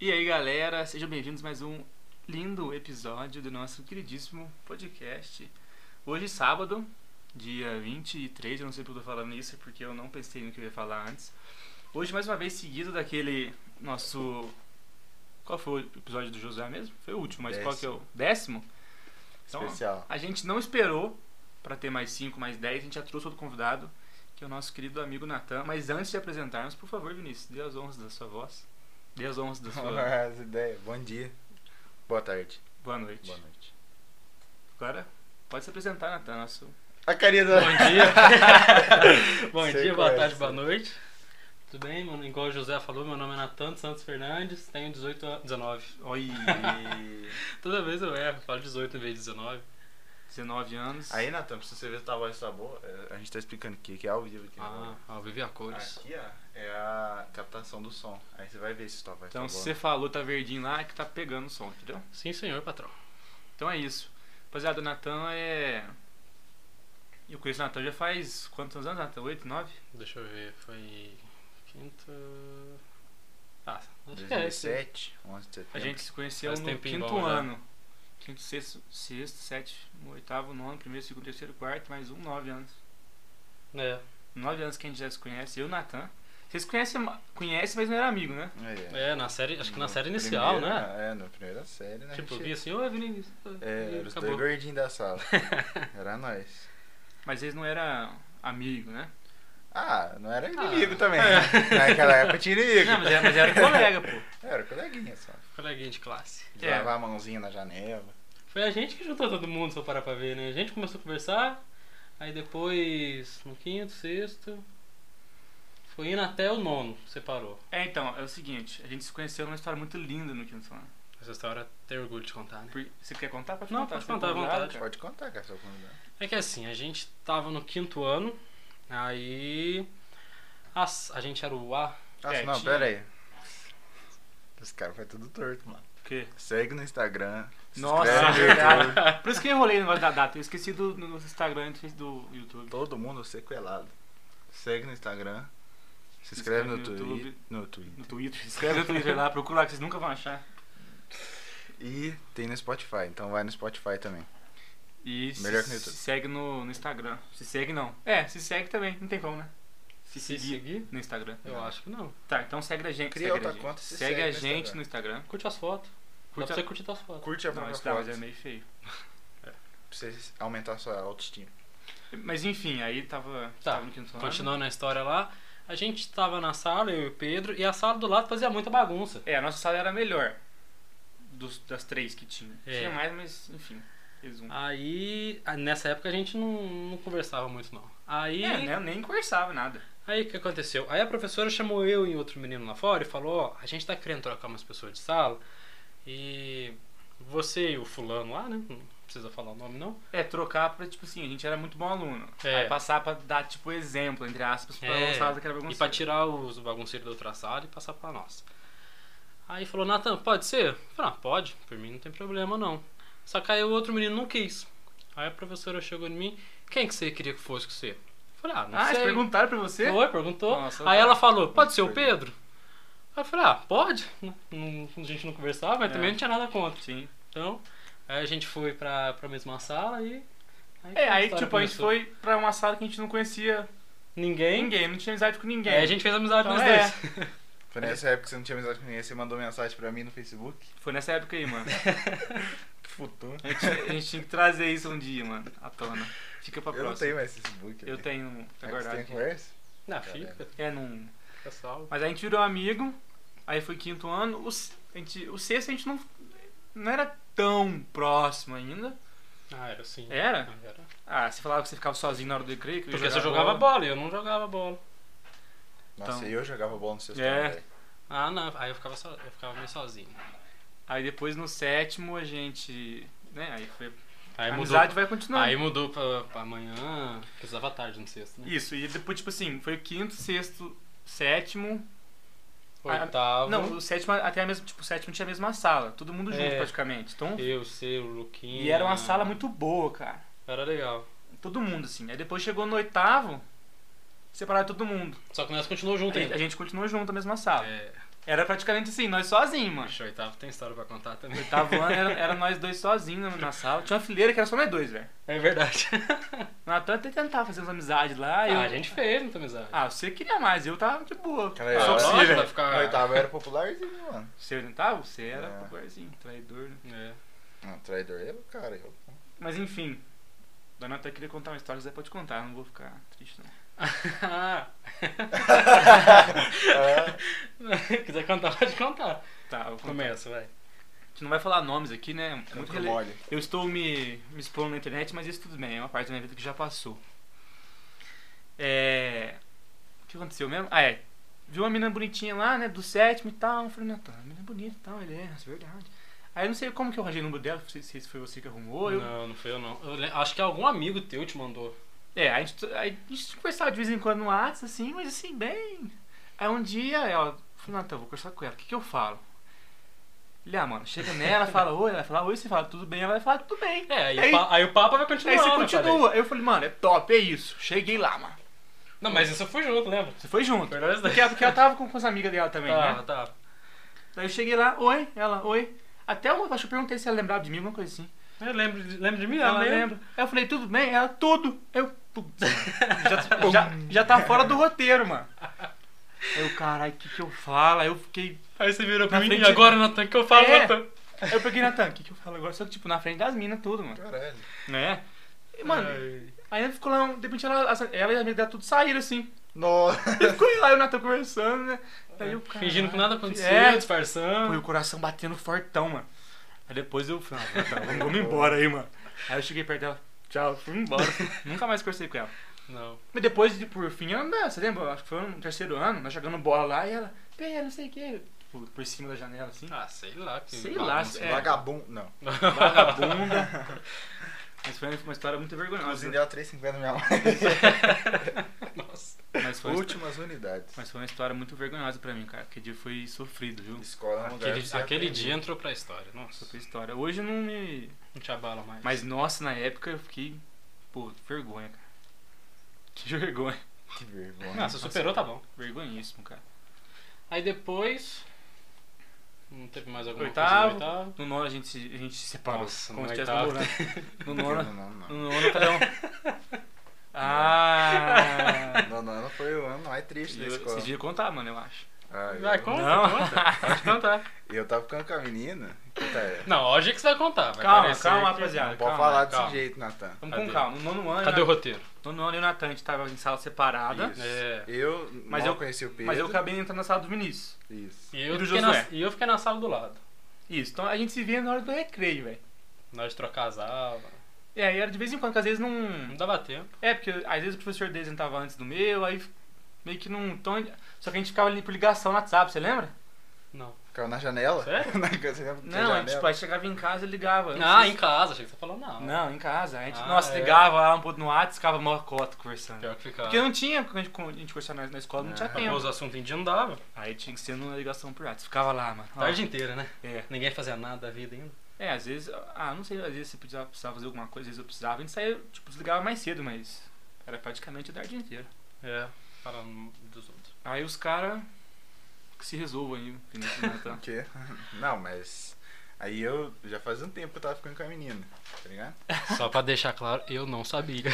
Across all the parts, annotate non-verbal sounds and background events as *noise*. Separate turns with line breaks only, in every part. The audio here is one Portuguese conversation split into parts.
E aí galera, sejam bem-vindos a mais um lindo episódio do nosso queridíssimo podcast. Hoje sábado, dia 23, eu não sei porque eu tô falando isso, é porque eu não pensei no que eu ia falar antes. Hoje mais uma vez seguido daquele nosso qual foi o episódio do José mesmo? Foi o último, mas qual que é o décimo? Então,
Especial.
a gente não esperou pra ter mais 5, mais 10, a gente já trouxe outro convidado, que é o nosso querido amigo Natan. Mas antes de apresentarmos, por favor, Vinícius, dê as honras da sua voz. Dê as honras da sua.
As ideias. Bom dia. Boa tarde.
Boa noite.
Boa noite.
Agora, pode se apresentar, Natan, nosso.
A carinha da...
Bom dia. *laughs* Bom
Sei
dia,
qual
boa
é
tarde,
essa.
boa noite. Tudo bem? Meu- Igual o José falou, meu nome é Natan dos Santos Fernandes, tenho 18 anos. 19.
Oi!
Toda vez eu erro, falo 18 em vez de 19.
19 anos.
*laughs* Aí, Natan, pra você ver se tua voz tá boa, é, a gente tá explicando aqui, que é ao vivo aqui. né?
Ah, ao vivo e a cores.
Aqui, ó, é a captação do som. Aí você vai ver se tua voz
Então,
tá
se
boa.
você falou, tá verdinho lá, é que tá pegando o som, entendeu?
Sim, senhor, patrão.
Então é isso. Rapaziada, o Natan é. Eu conheço o Natan já faz quantos anos, Natan? 8, 9?
Deixa eu ver, foi. Quinto. Ah, acho que é esse.
2007, 11 de setembro.
A gente se conheceu
Faz
no
tempinho
quinto
bom já.
ano. Quinto, sexto, sexto, sétimo, oitavo, nono, primeiro, segundo, terceiro, quarto, mais um, nove anos.
É,
Nove anos que a gente já se conhece, eu e o Natan. Vocês conhecem, conhecem, mas não era amigo, né?
É,
é, na série, acho que na
No
série inicial,
primeiro-
né?
É, na primeira série, né?
Tipo,
a
eu
gente-
vi assim, ô Vinícius.
É,
e
era os dois gordinhos da
*laughs*
sala. Era nós.
Mas eles não eram amigo, né?
Ah, não era inimigo
Ah.
também.
*laughs*
né? Naquela época tinha inimigo.
Não, mas era, mas
*laughs*
era colega, pô.
é-
Era coleguinha só.
Coleguinha de classe.
De
É.
lavar a mãozinha na janela.
Foi a gente que juntou todo mundo, se eu parar pra ver, né? A gente começou a conversar, aí depois, no quinto, sexto, foi indo até o nono, separou.
É, então, é o seguinte, a gente se conheceu numa história muito linda no quinto ano.
Essa história tem orgulho de contar, né?
Por- Você quer contar? Pode
Não,
contar.
pode
você
contar, à
empolgado,
vontade.
cara.
Pode contar, cara, seu convidado.
É que assim, a gente tava no quinto ano, aí as- a gente era o A.
Nossa,
É,
não,
tinha.
pera aí. Esse cara foi tudo torto, mano.
O quê?
Segue no Instagram. se
Nossa,
inscreve
*laughs*
no
verdade.
YouTube.
É, Por isso que eu enrolei o negócio da data. Eu esqueci do no Instagram e do YouTube.
Todo mundo sequelado. Segue no Instagram. Se inscreve no,
inscreve no
Twitter.
YouTube.
No Twitter.
No Twitter. Escreve no Twitter lá, procura lá que vocês nunca vão achar.
E tem no Spotify, então vai no Spotify também.
E
Melhor
se,
que no YouTube.
se segue no, no Instagram. Se segue não. É, se segue também, não tem como, né?
Se seguir,
No Instagram.
eu acho que não.
Tá, então segue a gente.
Cria
segue
outra
a gente.
conta e se
Segue
segue
a
no
gente
Instagram.
no Instagram.
Curte as fotos. Dá
Curte
pra
a-
você curtir tuas fotos.
Curte a
Não,
própria
esse da
foto.
voz é meio feio.
Pra você aumentar a sua autoestima.
Mas enfim, aí tava,
Tá,
tava no quinto ano.
Continuando a história lá, a gente tava na sala, eu e o Pedro, e a sala do lado fazia muita bagunça.
É, a nossa sala era a melhor dos, das três que tinha.
É.
Tinha mais, mas enfim. um. Resumo.
Aí, a- nessa época a gente não, não conversava muito não. Aí,
É, né, eu nem conversava nada.
aí o que aconteceu? Aí a professora chamou eu e outro menino lá fora e falou, ó, a gente tá querendo trocar umas pessoas de sala e você e o fulano lá, né? Não precisa falar o nome não.
É, trocar pra, tipo assim, a gente era muito bom aluno.
É.
Aí passar pra dar, tipo, exemplo, entre aspas, pra
É,
é. sala que era
E pra
bagunceira.
tirar os bagunceiros da outra sala e passar pra nossa. Aí falou, Natan, pode ser? Eu falei, ah, pode, por mim não tem problema não. Só que aí o outro menino não quis. Aí a professora chegou em mim, quem que você queria que fosse com você? Eu falei, ah, não
Ah, eles
sei.
perguntaram pra você?
Foi, perguntou.
Nossa,
aí
tá.
ela falou, pode ser o
Pergunta.
Pedro? Aí eu falei, ah, pode. Não- não- a gente não conversava, mas
É.
também não tinha nada contra.
Sim.
Então, aí a gente foi pra, pra mesma sala e... Aí
É, aí,
história
tipo, a gente
começou.
foi pra uma sala que a gente não conhecia
Ninguém.
ninguém, não tinha amizade com ninguém.
Aí a gente fez amizade
Então,
nos
é.
dois.
Foi nessa época que você não tinha amizade com ninguém, você mandou mensagem pra mim no Facebook.
Foi nessa época aí, mano.
Que futuro.
A gente, a gente tinha que trazer isso um dia, mano, à tona. Fica pra
Eu não
próxima.
tenho mais Facebook.
Eu tenho, tá
Aí você
guardado
tem
aqui.
conversa?
*laughs* Não,
Caralho.
fica,
É, não...
fica salvo.
Mas a gente virou amigo, aí foi quinto ano. O, se- a gente, o sexto a gente não, não era tão próximo ainda.
Ah, era sim.
Era?
Ah, era.
Ah, você falava que você ficava sozinho na hora do recreio? que eu
Porque você jogava bola e eu não jogava bola.
Nossa,
Então.
e eu jogava bola no sexto
É.
ano, velho.
Ah, não. Aí eu ficava, so- eu ficava meio sozinho.
Aí depois no sétimo a gente. Né, aí foi.
Aí
a
mudou,
amizade é. vai continuando.
aí mudou pra, pra amanhã. Precisava tarde no sexto, né?
Isso, e depois, tipo assim, foi quinto, sexto, sétimo. Ah,
Oitavo.
Não, o sétimo até a mesma. Tipo, o sétimo tinha a mesma sala. Todo mundo junto
Tá É.
praticamente. Então,
Eu, seu, o Luquinha.
e era uma sala muito boa, cara.
Era legal.
Todo mundo, assim. Aí depois chegou no oitavo, separaram todo mundo.
Só que nós continuamos juntos
Aí a
ainda.
gente continuou junto na mesma sala.
É,
Era praticamente assim, nós sozinhos, mano.
bicho, oitavo tem história pra contar também.
Oitavo ano era, era nós dois sozinhos na- na sala. Tinha uma fileira que era só nós dois, velho.
É verdade.
O Natan até tentava fazer umas amizades lá. eu...
*laughs* Ah, a gente fez muita amizade.
Ah, você queria mais, eu tava de boa.
Cara, eu
Ah,
sou
lógico,
possível.
vai ficar-
No oitavo era popularzinho, mano.
Você não tava? Você era
É.
popularzinho, traidor, né?
É.
Não, traidor é eu, cara. Eu...
Mas enfim, Dona até queria contar uma história, você pode contar, eu não vou ficar triste não.
Ah. *laughs*
É.
Quiser contar, pode contar.
Tá, eu vou contar.
Começa, vai.
A gente não vai falar nomes aqui, né? É muito
Muito
rele-
mole.
Eu estou me, me expondo na internet, mas isso tudo bem, é uma parte da minha vida que já passou. É. O que aconteceu mesmo? Ah, é. Vi uma menina bonitinha lá, né? Do sétimo e tal. Eu falei, Natan, menina bonita e tal, ele é, é verdade. Aí eu não sei como que eu arranjei o número dela, se, se foi você que arrumou. Eu...
Não, não foi eu não. Eu le- acho que algum amigo teu te mandou.
É, a gente, a gente conversava de vez em quando no WhatsApp, assim, mas assim, bem. Aí um dia ela falou, Natan, eu vou conversar com ela, o que, que eu falo? Ele, ah, mano, chega nela, fala oi, ela fala oi, você fala tudo bem, ela vai falar tudo bem.
É, aí,
Aí-
o, pa- aí o Papa vai continuar.
Aí você
né, falei.
continua. Aí eu falei, mano, é top, é isso. Cheguei lá, mano.
Não, mas isso eu fui junto, lembra?
Você foi junto.
Foi nós dois.
Porque, porque ela tava com, com as amigas dela também,
Tá,
né?
tá.
Daí eu cheguei lá, oi, ela, oi. Até eu acho que eu perguntei se ela lembrava de mim, alguma coisa assim.
Eu lembro, de- Ah, lembro de mim, ela lembra.
Aí eu falei, tudo bem? Ela, tudo. Eu,
*laughs*
putz, mano, já, já, já tá fora do roteiro, mano. Aí eu, caralho, o que que eu falo? Aí eu fiquei
Aí você virou pra
Na
mim
frente-
e agora, Natan, o que eu falo,
É.
Natan?
Aí eu peguei na tanque, o que que eu falo agora? Só que, tipo, na frente das minas, tudo, mano.
Caralho.
Né? E, mano,
Ai.
aí ela ficou lá, um, de repente ela, ela e a amiga dela tudo saíram, assim. *laughs*
Nossa.
Ele ficou lá, eu e o Natan conversando, né?
tá
Daí eu,
Fingindo que
caralho,
nada aconteceu,
É, foi
disfarçando.
o coração batendo fortão, mano. Aí depois eu falei, ah, tá, vamos, vamos embora aí, mano. Aí eu cheguei perto dela, tchau, fui
*laughs*
embora. Nunca mais conversei com ela.
Não.
Mas depois, de, por fim, ela, né, você lembra? Acho que foi no terceiro ano, nós jogando bola lá e ela, pé, não sei o quê. Tipo, por cima da janela,
*laughs*
assim.
Ah, sei lá. Que
Sei lá,
bagunça.
É.
Vagabundo. Não.
Vagabunda. Mas foi uma história muito vergonhosa.
Inclusive deu 3,50 minha mãe.
*laughs* Nossa.
Mas foi, uma-
Últimas unidades.
mas foi uma história muito vergonhosa pra mim, cara. Aquele dia foi sofrido, viu?
Escola é um lugar
Aquele,
pra você
aquele
aprender.
dia entrou pra história. Nossa,
Sofri história. Hoje não me.
não te abala mais.
Mas nossa, na época eu fiquei. Pô, vergonha, cara. Que vergonha.
né? Que vergonha.
Não, você superou, tá bom.
Vergonhíssimo, cara.
Aí depois. Não teve mais alguma
Oitavo.
coisa no oitavo.
No nono a gente se, a gente se separou.
Nossa,
como
no
se tivesse
oitavo.
namorado. No nono.
Não, não,
No
não.
nono, cada um.
*laughs*
*laughs*
Ah!
Não, não, não foi o ano mais triste da
Eu-
escola.
Vocês deviam contar, mano, eu acho.
Ah, eu-
Vai, conta,
Não.
conta. Pode contar.
E eu tava ficando com a menina. que tá-
Não, hoje é que você vai contar. vai
Calma,
parecer
calma,
que-
rapaziada.
Não pode
calma,
falar desse
calma.
jeito, Natan.
Vamos
Cadê?
com calma. No nono ano,
Cadê o roteiro?
no nono ano eu e o Natan, a gente tava em sala separada.
Isso.
É.
Eu
Mas
mas mal
eu-
eu, conheci o Pedro.
Mas eu acabei entrando na sala do Vinícius.
Isso.
E
E
eu,
do
fiquei na,
Josué?
e eu fiquei na sala do lado.
Isso, então a gente se via na hora do recreio, velho.
Nós trocar as aulas.
É, aí era de vez em quando, que às vezes
Não
não.
dava tempo.
É, porque às vezes o professor deles entrava antes do meu, aí meio que não. Então, só que a gente ficava ali por ligação no WhatsApp, você lembra?
Não.
Ficava na janela? *laughs*
Sério? é,
Na você lembra da
Não, a gente tipo,
janela?
aí chegava em casa e ligava.
Ah,
Vocês-
em casa, achei que você falou não.
Não, em casa. A gente,
Ah,
nossa,
é.
ligava lá um pouco no WhatsApp, ficava mó cota conversando.
Pior que É, ficava.
Porque não tinha, quando a gente, quando a gente conversava na, na escola, não tinha
Ah.
tempo.
Os assuntos em dia não dava.
Aí tinha que ser numa ligação por WhatsApp. Ficava lá, mano. ó.
Tarde inteira, né?
Ah. É.
Ninguém fazia nada da vida ainda.
É, às vezes, ah, não sei, às vezes você precisava, precisava fazer alguma coisa, às vezes eu precisava. A gente saía, tipo, desligava mais cedo, mas era praticamente a tarde inteira.
É. Falando dos outros.
Aí os caras que se resolvam aí, Vinícius e
*laughs*
Natan.
O quê? *laughs* Não, mas. Aí eu já fazia um tempo que eu tava ficando com a menina, tá ligado?
Só pra deixar claro, eu não sabia.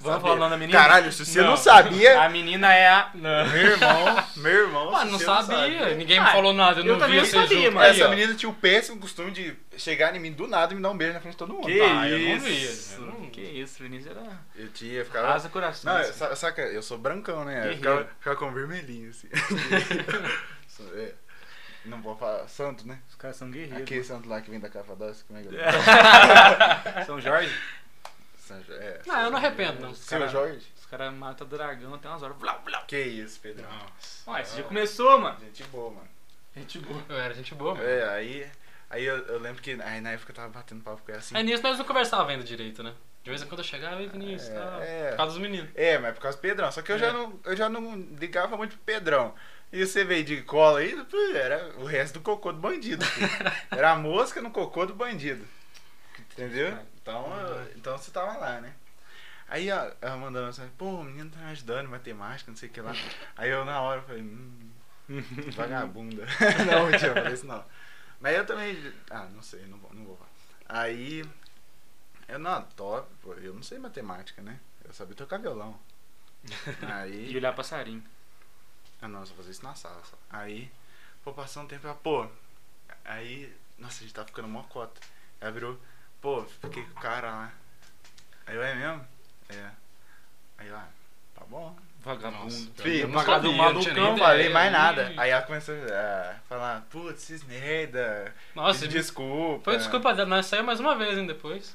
Vamos falar o nome da menina?
Caralho, se você não,
Não.
sabia.
A menina é a.
Não.
*laughs* Meu irmão, meu irmão.
Mano,
se
não
você
sabia. Ninguém me
Ah,
falou nada. Eu,
eu
não
também
via
não
vocês
sabia,
juntos.
mano.
Aí,
Essa
ó.
menina tinha o péssimo costume de chegar em mim do nada e me dar um beijo na frente de todo mundo.
Que
Ah, eu não vi,
isso?
eu não-
Que isso, Vinícius era.
Eu tinha, eu ficava.
Asa coração.
Não,
assim.
eu- sa- saca, eu sou brancão, né? Eu
Guerreiro.
ficava, ficava com vermelhinho,
*laughs*
assim. Sou- é. Não vou falar santo, né?
Os caras
É
são guerreiros.
Aquele santo lá que vem da Cafadócia, como é
*laughs*
que é?
São Jorge?
São Jo- é,
Não, eu não arrependo, não.
Seu
Cara-
Jorge?
Os caras matam dragão até umas horas. Vlá, vlá.
Que isso, Pedrão.
Nossa.
Ó, esse já começou, mano.
Gente boa, mano.
Gente boa.
Eu era gente boa, mano.
É, aí, aí eu, eu lembro que aí na época eu tava batendo papo com ela assim.
Aí É nisso nós não conversávamos ainda direito, né? De vez em quando eu chegava, e Vinícius,
É,
tal.
é.
Por causa dos meninos.
É, mas por causa do Pedrão. Só que eu,
É.
já não, eu já não ligava muito pro Pedrão. E você veio de cola aí, pô,
*laughs*
era o resto do cocô do bandido. filho. Era a mosca no cocô do bandido. Entendeu?
É.
Vai.
Então, eu- então você tava lá, né? Aí ó, ela mandando assim, pô, o menino tá me ajudando em matemática, não sei o que lá. Aí eu na hora falei, hum, vagabunda. *laughs* não, mentira, eu falei isso não. Mas eu também. Ah, não sei, não vou, não vou falar. Aí. Eu não, top, pô, eu não sei matemática, né? Eu sabia tocar violão. Aí.
E olhar passarinho.
Ah, não, eu só fazia isso na sala. Só. Aí, pô, passou um tempo ela, pô. Aí, nossa, a gente tá ficando mó cota. Ela virou, pô, fiquei com o cara lá. Aí eu, é mesmo? É. Aí lá, tá bom.
Vagabundo.
Nossa,
Fih,
eu não
uma cara
sabia,
do
não tinha nem
malucão,
ideia.
falei mais nada. Aí ela começou a falar, putz, esses merda.
Nossa,
pedir desculpa. é.
foi desculpa dela, nós saiu mais uma vez, hein, depois.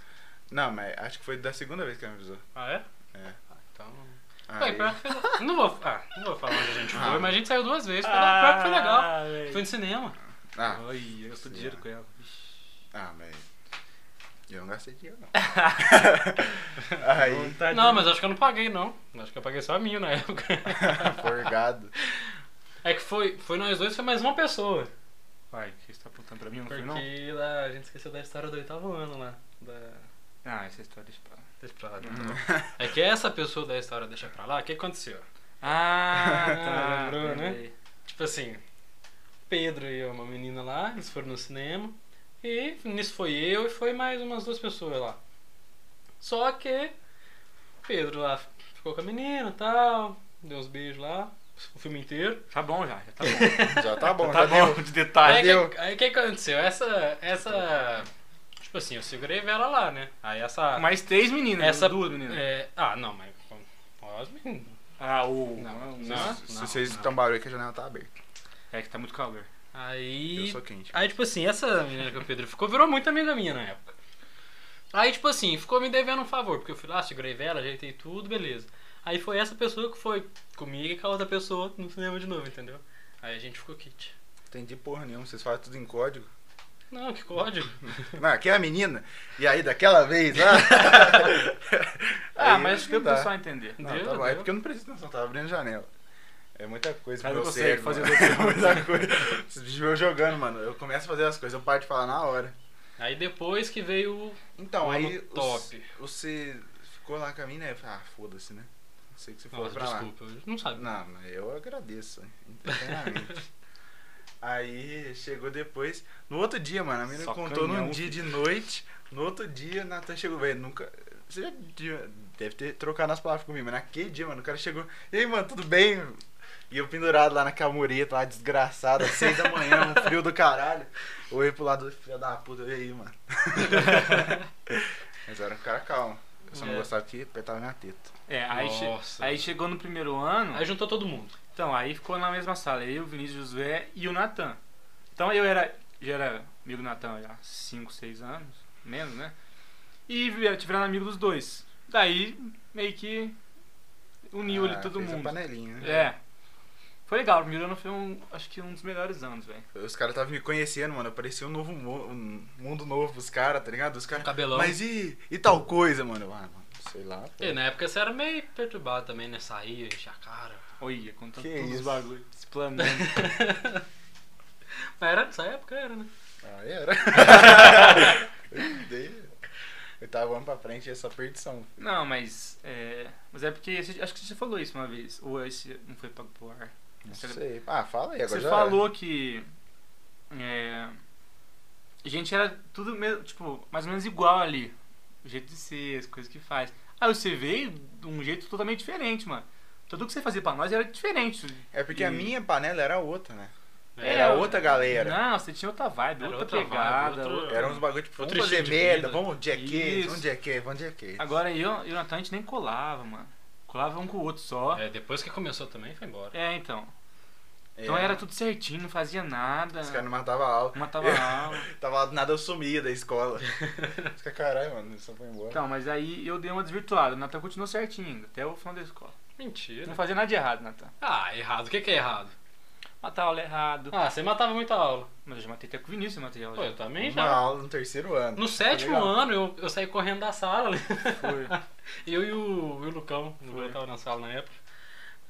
Não, mas acho que foi da segunda vez que ela me avisou.
Ah, é?
É.
Ah, então. Foi,
Aí,
pior que foi- Não vou, ah, não vou falar onde a gente
Ah.
foi, mas a gente saiu duas vezes. Foi, lá- pior que foi
Ah.
legal.
um
Foi no cinema.
ah,
Ai, eu gasto
Sei
dinheiro
lá.
com ela.
Ah, mas. Eu não gastei dinheiro,
*laughs*
não. Aí.
Vontade
Não,
Ah, de-
mas acho que eu não paguei, não. Acho que eu paguei só a minha na época. tá-
*laughs* Forgado.
É que foi, foi nós dois, foi mais uma pessoa.
Vai, que você tá apontando pra mim? Não foi não?
Porque lá, a gente esqueceu da história do oitavo ano lá. Da...
Ah, essa história deixa pra lá.
Deixa pra lá. tá bom. É que essa pessoa da história deixa pra lá, o que aconteceu?
*laughs* Ah,
Ah,
*laughs* tá.
lembrou, né?
lembrei.
Tipo assim, Pedro e uma menina lá, eles foram no cinema. E nisso foi eu e foi mais umas duas pessoas lá. Só que Pedro lá ficou com a menina e tal, deu uns beijos lá, o filme inteiro.
Tá bom já, já tá bom. É
Já *laughs* tá bom,
tá
já deu.
bom de detalhe.
aí o
deu.
que, aí que aconteceu? Essa. Essa. Tipo assim, eu segurei ela lá, né? Aí essa.
Mais três meninas.
essa
Duas meninas.
é, ah, não, mas. ó, as meninas.
Ah, o...
Não,
o-
não.
Se vocês estão barulho que a janela tá aberta.
É que tá muito calor.
Aí.
Eu sou quente.
Aí, tipo assim, essa menina que o Pedro ficou virou muito amiga minha na época. Aí, tipo assim, ficou me devendo um favor, porque eu fui lá, segurei vela, ajeitei tudo, beleza. Aí foi essa pessoa que foi comigo e com a outra pessoa no cinema de novo, entendeu? Aí a gente ficou kit.
Entendi porra nenhuma, vocês falam tudo em código.
Não, que código.
Não, aqui é a menina. E aí, daquela vez,
*laughs*
ah.
Ah,
Aí
mas acho que
não
o
dá.
pessoal entender.
Não,
Deu,
tá bom. É
deu.
porque eu não preciso, não, só tava abrindo janela. É muita coisa
Cara,
pro
não
meu
consegue
cérebro,
fazer
*laughs* mano.
outra
É muita coisa. Esses bichos vão jogando, mano. Eu começo a fazer as coisas, eu paro de falar na hora.
Aí depois que veio o.
Então,
Pô,
aí.
no
os-
top.
Você ficou lá com a mina e eu falei, ah, foda-se, né? Não sei que você foi
Nossa,
pra lá.
desculpa, eu não sabe.
Não, mas eu agradeço, hein,
*laughs*
eternamente. Aí chegou depois. No outro dia, mano, a menina
Só
contou num
canhão,
dia de noite. No outro dia, Natan chegou, velho, nunca. Você já devia- deve ter trocado as palavras comigo, mas naquele dia, mano, o cara chegou. E aí, mano, tudo bem? E eu pendurado lá na camureta, lá desgraçado, às seis da manhã, um frio do caralho. Olhei pro lado, filho da puta, e aí,
*laughs*
mano. mas eu era um cara calmo. Eu só não
É.
gostava que apertava minha teta.
É, aí, che-
Nossa.
aí chegou no primeiro ano.
Aí juntou todo mundo.
Então, aí ficou na mesma sala, eu, Vinícius Josué e o Natan. Então eu era, já era amigo do Natan há 5, 6 anos, menos, né? E vi- tiveram amigo dos dois. Daí, meio que uniu ali
Ah,
todo
fez a
mundo.
panelinha, né?
É. Foi legal, o primeiro ano foi um, acho que um dos melhores anos, velho.
Os caras estavam me conhecendo, mano. Parecia um novo mu- um mundo novo pros caras, tá ligado? Os
Um
caras.
cabelão. É,
Mas e, e tal coisa, mano? Eu, Ah, mano, sei lá. pô.
E na época você era meio perturbado também, né? Saía, enchia a cara.
Olha, contando
Que
todos os
isso.
bagulhos, explanando.
Mas era nessa época, era, né?
Ah, era.
*laughs*
Dei- Eu tava andando pra frente e essa perdição.
*laughs* Não, mas é, mas é porque, você- acho que você falou isso uma vez, ou esse não foi pago pro ar.
Não
Você-
sei. Ah, fala aí agora.
Você
já
falou que. É, a gente era tudo mesmo, tipo, mais ou menos igual ali. O jeito de ser, as coisas que faz. Ah, Aí você veio de um jeito totalmente diferente, mano. Tudo que você fazia pra nós era diferente.
É porque a
E-
minha panela era outra, né?
É,
Era
eu-
outra galera.
Não, você tinha outra vibe,
Era
outra,
outra vibe,
pegada.
outro-
outra-
Era uns bagulho tipo,
Outro
vamos fazer
estilo de Ah,
merda,
vida.
vamos jackass,
Isso.
vamos jackass, vamos jackass.
Agora eu e o Natan a gente nem colava, mano. Colava um com o outro só. É,
É, depois que começou também, foi embora.
então. Então
É.
era tudo certinho, não fazia nada.
Os caras não matavam a aula.
Matava aula.
Tava lá do nada eu sumia da
*laughs*
escola. Os caras, caralho, mano, só foi embora.
Então, mas aí eu dei uma desvirtuada. O Natan continuou certinho ainda, até o final da escola. Não
Mentira.
fazia nada de errado, Natan.
Ah, errado. O que, que é errado?
Matar aula errado.
Ah, você matava muita aula.
Mas eu já matei até com o Vinícius, eu matei aula.
Pô, eu
já.
também
Uma
já.
aula no terceiro ano. Tá
No sétimo
legal.
ano eu, eu saí correndo da sala.
*laughs* Foi.
*laughs* Eu e o, e o Lucão, o Lucão
Foi.
tava na sala na época.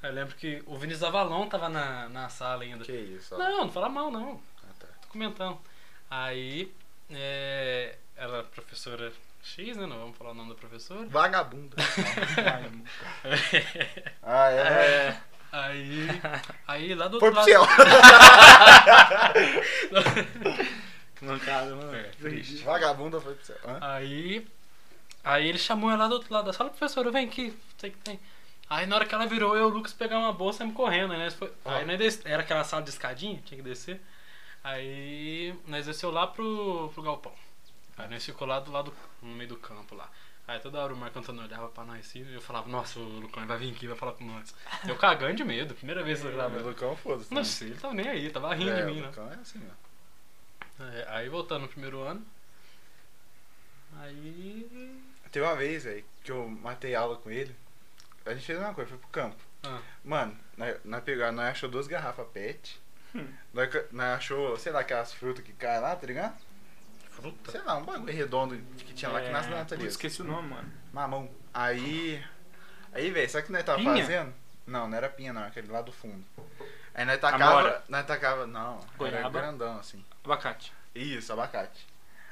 Eu lembro que o Vinícius Avalon tava na, na sala ainda.
Que isso, ó.
Não, não fala mal não.
Ah, tá.
Tô comentando. Aí. é, Ela é professora X, né? Não vamos falar o nome da professora.
Vagabunda. *laughs* Ah, é.
É. *laughs* Aí. Aí lá do
Foi
outro
pro céu.
lado. *laughs*
Mancada, mano.
É.
Triste.
*laughs* Vagabunda foi pro céu. Hã?
Aí. Aí ele chamou ela do outro lado da sala, professora, vem aqui, não sei o que tem. Aí na hora que ela virou, eu e o Lucas pegamos uma bolsa e saímos correndo, né? Foi-
Ó.
Aí nós des- Era aquela sala de escadinha, tinha que descer. Aí nós desceu lá pro, pro galpão. Aí nós ficou lá do lado, no meio do campo lá. Aí toda hora o Marco Antônio olhava pra nós assim, e eu falava, nossa, o Lucão vai vir aqui, vai falar com nós. Eu cagando de medo, primeira vez que eu
Ah, O
gravando.
Lucão, foda-se. né?
Não sei, ele tava nem aí, tava rindo
É,
de
o
mim, né?
Lucão é assim, ó.
É, aí voltando no primeiro ano. Aí.
Teve uma vez, velho, que eu matei aula com ele. A gente fez uma coisa, foi pro campo.
Ah.
Mano, nós, nós, pegamos, nós achou duas garrafas pet. Nós, ca- nós achou, sei lá, aquelas frutas que caem lá, tá ligado?
Fruta?
Sei lá, um bagulho redondo que tinha lá É, que nasce na
Putz,
natureza.
esqueci o nome, mano.
Mamão. Aí. Aí, velho, sabe o que nós tava
Pinha?
fazendo? Não, não era pinha, não, aquele lá do fundo. Aí nós tacava.
Amora.
Nós tacava. Não, era
Goiaba.
grandão assim.
Abacate.
Isso, abacate.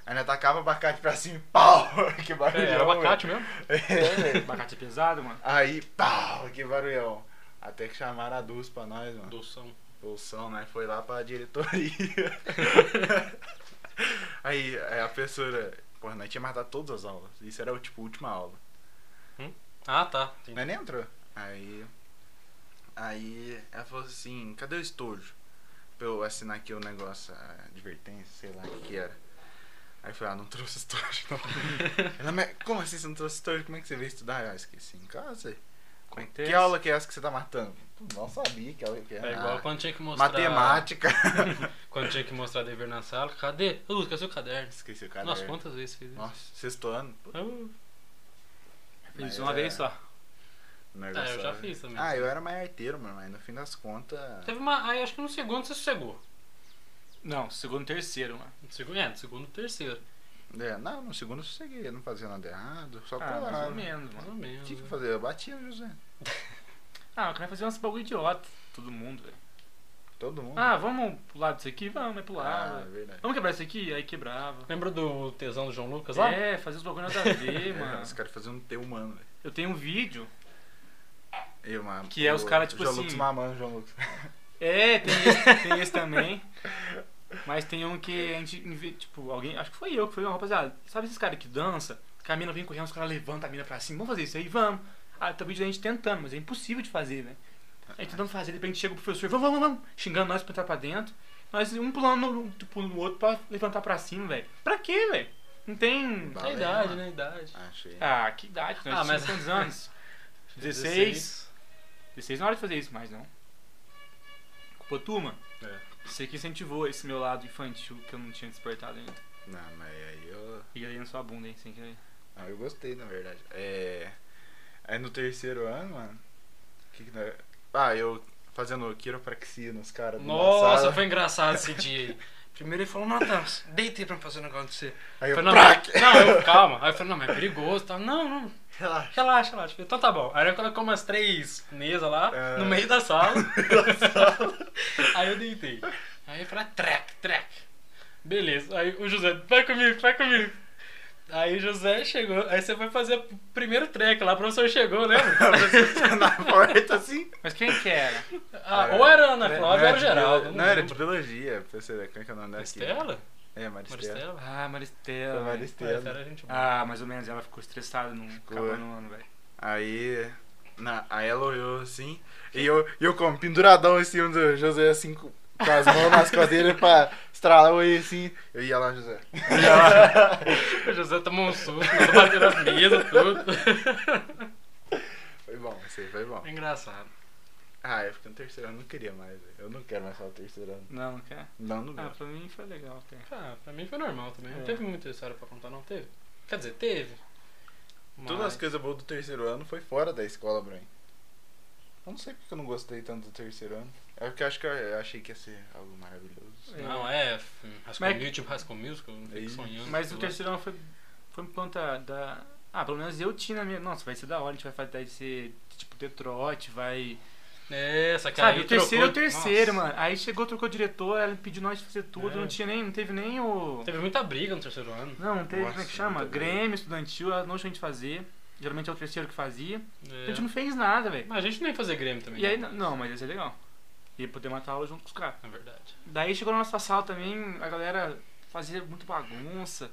Aí nós tacava o abacate pra cima *laughs* e pau! Que barulhão.
É, era abacate mesmo?
velho. É, velho. *laughs*
Abacate é pesado, mano.
Aí, pau! Que barulhão. Até que chamaram a Dulce pra nós, mano.
Doção.
Bolsão, né? Foi lá pra diretoria. aí, aí a professora. Porra, nós tinha matado todas as aulas. Isso era tipo a última aula.
Ah, tá.
Nós nem entrou. Aí. Aí ela falou assim: cadê o estojo? Pra eu assinar aqui o negócio, a advertência, sei lá o que, que era. Aí eu falei: ah, não trouxe estojo
*laughs*
não. ela, mas como assim você não trouxe estojo? Como é que você veio estudar? Eu "Ah, esqueci em casa. Como é- Que
Acontece.
aula que é essa que você tá matando? Não sabia que aula que era.
*laughs* É igual quando tinha que
Ah,
mostrar. *laughs*
matemática.
Quando tinha que mostrar dever na sala. Cadê? Ô, Lucas, seu caderno.
Esqueci o cara.
Nossa, quantas vezes fez isso?
Nossa, sexto ano. Pô,
Ah,
Fiz
Mas
uma
é-
vez só.
negócio
É, eu já
só.
fiz também.
Ah, eu era mais arteiro, mano, mas no fim das contas.
Teve uma. Aí acho que no segundo você sossegou.
Não, segundo e terceiro, mano.
No segundo, é, no segundo e terceiro.
É, não, no segundo eu sosseguei, eu não fazia nada errado, só né?
Ah, mais ou
colorava.
menos,
Mais
mano.
ou
O
menos.
que que eu
né?
fazia? Eu batia no José.
Ah, eu queria fazer uns bagulho idiota. Todo mundo, velho.
Todo mundo.
Ah, vamos pular disso aqui? Vamos, é pular.
Ah, é verdade.
Vamos quebrar isso aqui? Aí quebrava.
Lembra do tesão do João Lucas lá?
É, fazer os bagulho nada a ver, *laughs*
É,
mano.
Os caras faziam um T humano, velho.
Eu tenho um vídeo.
Eu, mano,
Que é os
o
cara, tipo
João
assim-
Lucas mamando,
*laughs*
João Lucas.
É, tem esse, tem esse também. Mas tem um que a gente, inve- tipo, alguém, acho que foi eu que foi, uma rapaziada, sabe esses caras que dança? Que a mina vem correndo, os caras levantam a mina pra cima, vamos fazer isso aí, vamos. Ah, tá o vídeo da gente tentando, mas é impossível de fazer, né? A gente tentando fazer, de repente chega o professor, vamos, vamos, vamos, xingando nós pra entrar pra dentro. Nós um pulando no, tipo, no outro pra levantar pra cima, velho. Pra quê, velho? Não tem.
É a idade, né? a Idade.
Achei.
Ah, que idade, nós
Ah,
ah,
mas-
mas quantos anos? 16. 16 não é hora de fazer isso mais, não. Culpa tua, mano.
É.
Você que incentivou esse meu lado infantil que eu não tinha despertado ainda.
Não, mas aí eu.
E aí na sua bunda, hein, sem querer.
Ah, eu gostei, na verdade. É. Aí no terceiro ano, mano. Que que nós- Ah, eu fazendo quiropraxia nos caras. numa
Nossa,
sala.
foi engraçado esse dia aí. Primeiro ele falou, Natan, deitei pra fazer um negócio de você.
Aí eu.
Falei, não,
*laughs*
prac!
mas- não, eu, calma. Aí eu falei, não, mas é perigoso. Tá? Não, não,
*laughs* Relaxa. *laughs*
relaxa, relaxa. Então tá bom. Aí eu colocou umas três mesas lá,
É.
*laughs* no meio da sala. *laughs* aí eu deitei. Aí eu falei, track, track. Beleza. Aí o José, vai comigo, vai comigo. Aí o José chegou, aí você foi fazer o primeiro track lá, o professor chegou, né? *laughs* lembra?
na porta assim.
Mas quem que
*laughs*
era?
Ah, ou era a Ana Flávia ou era o
de
Geraldo.
bio-
né? não
É, Não, era de
lembro.
biologia. Professora, como é que é o nome daqui?
Estela?
É, Maristela.
Maristela?
Ah,
Foi
Maristela. velho.
Maristela.
Maristela, gente boa.
Ah, mais ou menos, ela ficou estressada no acabou no ano, velho.
Aí. Na, aí ela olhou assim. E eu, e eu como penduradão em cima do José, assim, com, com as mãos nas costas dele pra estralar o olho assim. Eu ia lá, José.
O José tomou um susto, bateu nas mesas, tudo. *laughs*
Foi bom, isso aí foi bom.
É engraçado.
Ah, eu fiquei no terceiro ano, eu não queria mais. velho. Eu não quero mais falar o terceiro ano.
Não, não quer?
Não, não
Ah,
quero.
pra mim foi legal até.
Ah, pra mim foi normal também. Não
É.
teve muita história pra contar, não teve? Quer dizer, teve. Mas...
Todas as coisas boas do terceiro ano foi fora da escola pra mim. Eu não sei porque eu não gostei tanto do terceiro ano. É porque eu acho que eu, eu achei que ia ser algo maravilhoso.
Não, é. f- Rascal
Mas-
Music, tipo Rascal Music, eu fico
É Isso.
sonhando.
Mas
sei
o
lá.
terceiro ano foi, foi por conta da. Ah, pelo menos eu tinha na minha. Nossa, vai ser da hora, a gente vai fazer vai ser tipo Detroit, vai
É, só que
Sabe,
aí
o terceiro é o
trocou-
terceiro,
Nossa.
mano. Aí chegou, trocou o diretor, ela pediu nós de fazer tudo,
É.
não tinha nem, não teve nem o.
Teve muita briga no terceiro ano.
Não, não teve, como é
Nossa,
que chama?
muita
Grêmio estudantil, ela não tinha de fazer. Geralmente é o terceiro que fazia.
É.
A gente não fez nada, velho.
Mas a gente nem fazer Grêmio também.
E aí,
né?
não, não, mas ia ser legal. Ia poder matar aula junto com os caras.
Na verdade.
Daí chegou na nossa sala também, a galera fazia muito bagunça.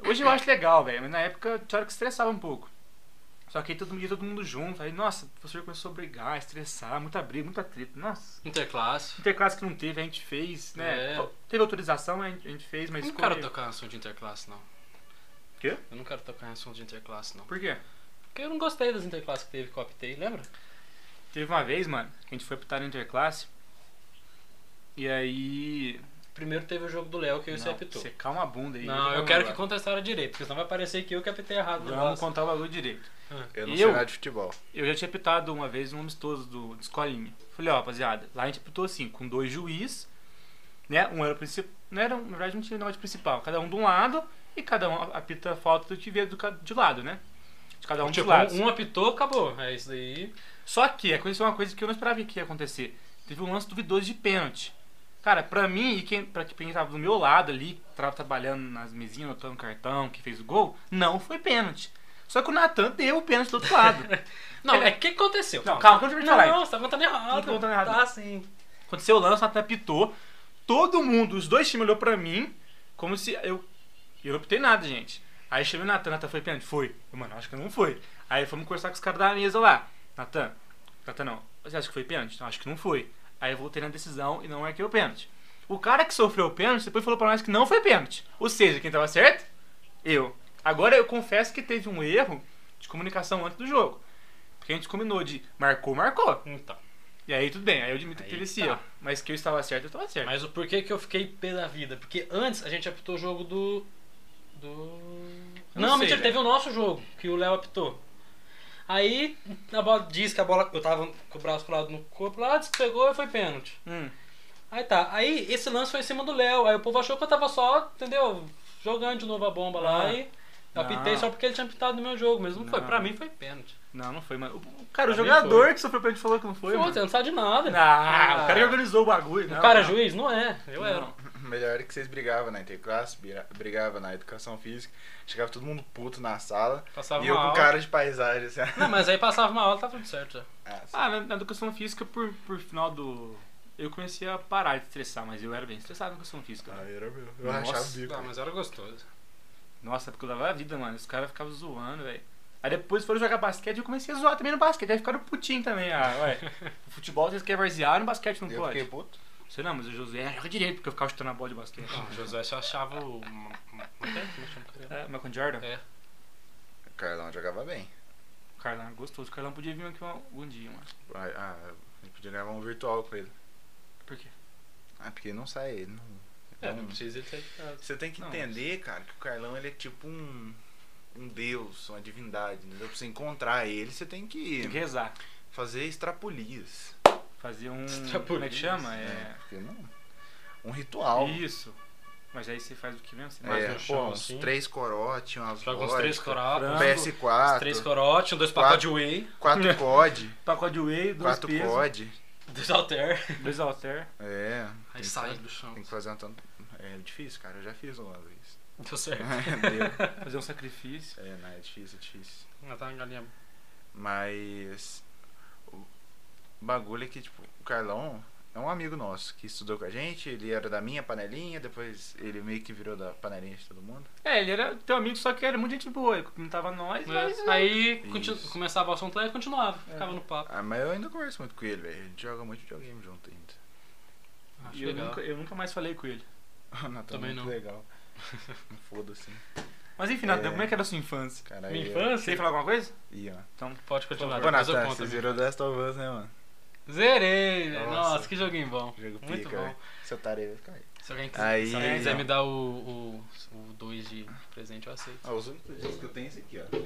Hoje eu acho legal, velho, mas na época tinha hora que estressava um pouco. Só que aí todo dia todo mundo junto. Aí, nossa, o professor começou a brigar, a estressar, muita briga, muita treta. Nossa.
Interclasse.
Interclasse que não teve, a gente fez, né?
É.
Teve autorização, a gente a gente fez, mas.
Eu não
ficou
quero
meio-
tocar em assunto de interclasse, não.
Quê?
Eu não quero tocar em assunto de interclasse, não.
Por quê?
Porque eu não gostei das interclasses que teve que eu optei, lembra?
Teve uma vez, mano, que a gente foi optar no Interclasse. E aí.
Primeiro teve o jogo do Léo que eu e você
Não,
apitou.
Você calma a bunda aí.
Não, eu
vamos
quero que
agora.
conte a história direito, porque senão vai parecer que eu que apitei errado. no
Vamos
negócio.
contar o bagulho direito.
Eu não
Eu?
sei nada de futebol. *laughs*
Eu já tinha apitado uma vez um amistoso do, de escolinha. Falei, ó, rapaziada, lá a gente apitou assim, com dois juízes, né? Um era o principal. Não era, na verdade, não tinha negócio de principal. Cada um de um lado e cada um apita a falta do que vier do, ca- de lado, né? De cada um de
Tipo,
lado.
um apitou, acabou. É isso daí.
Só que aconteceu uma coisa que eu não esperava que ia acontecer. Teve um lance duvidoso de pênalti. Cara, pra mim e quem, pra quem tava do meu lado ali, tava trabalhando nas mesinhas, anotando cartão, que fez o gol, não foi pênalti. Só que o Natan deu o pênalti do outro lado.
Não, é o que aconteceu?
Não, calma, deixa eu
não,
falar.
não, você tá contando errado.
Tô contando errado.
Tá sim.
Aconteceu o lance, o Natan apitou. Todo mundo, os dois times olhou pra mim, como se eu. Eu não apitei nada, gente. Aí chamei o Natan, Natan foi pênalti? Foi. Eu, mano, acho que não foi. Aí fomos conversar com os caras da mesa lá. Natan, Natan não, você acha que foi pênalti? Não, acho que não foi. Aí eu voltei na decisão e não marquei o pênalti. O cara que sofreu o pênalti depois falou pra nós que não foi pênalti. Ou seja, quem tava certo? Eu. Agora eu confesso que teve um erro de comunicação antes do jogo. Porque a gente combinou de marcou, marcou.
Então,
E aí tudo bem, aí eu admito que
Aí
teve esse
tá.
erro. Mas que eu estava certo, eu estava certo.
mas o porquê que eu fiquei pé da vida? Porque antes a gente apitou o jogo do. Do.
Eu não
Não,
sei,
mentira,
velho.
teve o nosso jogo, que o Léo apitou. Aí a bola diz que a bola. Eu tava com o braço pro lado no corpo lá, disse que pegou e foi pênalti.
Hum.
Aí tá, aí esse lance foi em cima do Léo. Aí o povo achou que eu tava só, entendeu? Jogando de novo a bomba lá
Ah.
e. Eu apitei
Não.
só porque ele tinha apitado no meu jogo, mas não, foi.
Não.
Pra mim foi pênalti.
Não, não foi, mano. O- Cara, o
Pra mim
jogador
foi.
que sofreu pênalti falou que não foi,
Foi,
mano.
você não sabe de nada.
Ah, o cara que organizou o bagulho.
O cara é juiz? Não é. Eu era.
Melhor era que vocês brigavam na interclasse, bira- brigava na educação física, chegava todo mundo puto na sala.
Passava
e eu
uma
com
aula.
cara de paisagem, assim. *laughs*
Não, mas aí passava uma aula, tava tudo certo já.
Ah,
Ah, na, na educação física, por, por final do... Eu comecei a parar de estressar, mas eu era bem estressado na educação física.
Ah,
velho.
era meu. Eu
Nossa,
achava o bico.
Não, Ah, mas era gostoso.
Nossa, porque eu dava a vida, mano. Os caras ficavam zoando, velho. Aí depois foram jogar basquete e eu comecei a zoar também no basquete. Aí ficaram putinho também. Ah, *laughs* ué. No futebol vocês querem varzear, no basquete não
eu
pode.
fiquei puto.
Sei não, mas o José joga direito, porque eu ficava chutando a bola de basquete.
Não, o Josué só achava o. Como é que chama o cara?
É, Michael Jordan?
É.
O Carlão jogava bem.
O Carlão era gostoso. O Carlão podia vir aqui um- algum dia, mano.
Ah, ah, a gente podia gravar um virtual com ele.
Por quê?
Ah, porque não sai ele. Não...
É,
Então,
não precisa ele sair de casa.
Você tem que
Não,
entender, cara, que o Carlão ele é tipo um, um deus, uma divindade. Entendeu? Pra você encontrar ele, você tem
Tem que
que
rezar.
fazer extrapolias.
Fazer
*laughs*
um.
Tá
Extrapolis,
Como é que chama?
É,
É.
porque não. Um ritual.
Isso. Mas aí você faz o que mesmo? Você
mais
é,
faz
no
pô,
chão,
uns
assim.
três corotes, umas
Joga uns três
vodka,
frango,
corotes.
um
Uns três
PS4,
corotes, um dois pacotes de whey,
quatro
*laughs*
COD,
um pacote de whey, dois
quatro
pesos,
COD.
dois alter.
dois alter.
É. tem
Aí
que
sai
fazer-
do chão.
Tem que fazer um tanto. É difícil, cara. Eu já fiz uma
*laughs*
vez.
Deu certo.
Deu.
Fazer um sacrifício.
É, não, é difícil, é difícil.
Ah, tá uma galinha.
Mas o bagulho é que, tipo, o Carlão é um amigo nosso que estudou com a gente, ele era da minha panelinha, depois ele meio que virou da panelinha de todo mundo.
É, ele era teu amigo, só que era muito gente boa. Ele cumprimentava
É,
nós, mas.
Mas aí continu-
Isso.
começava o assunto lá e continuava, ficava no papo.
Ah, mas eu ainda converso muito com ele, velho. A gente joga muito videogame junto ainda. *laughs*
Acho é
E eu
legal.
nunca, eu nunca mais falei com ele.
Natan é
Também
muito
não. *laughs*
legal. Foda-se.
Mas enfim, Natan,
É.
como é que era a sua infância?
Caralho.
Minha
Você ia
infância?
falar alguma coisa?
Ih, ó.
Pode continuar,
Pô,
depois eu
Natan,
conto.
você
a minha.
zerou Last of Us, né, mano?
Zerei, velho.
Nossa.
Nossa, que joguinho bom.
Jogo
Muito
pica,
bom.
velho. Seu tarefa vai cair.
Se alguém,
Aí,
se alguém quiser
ó.
me dar o 2 o, dois de presente, eu aceito.
Ah, os únicos jogos que eu tenho é esse aqui, ó.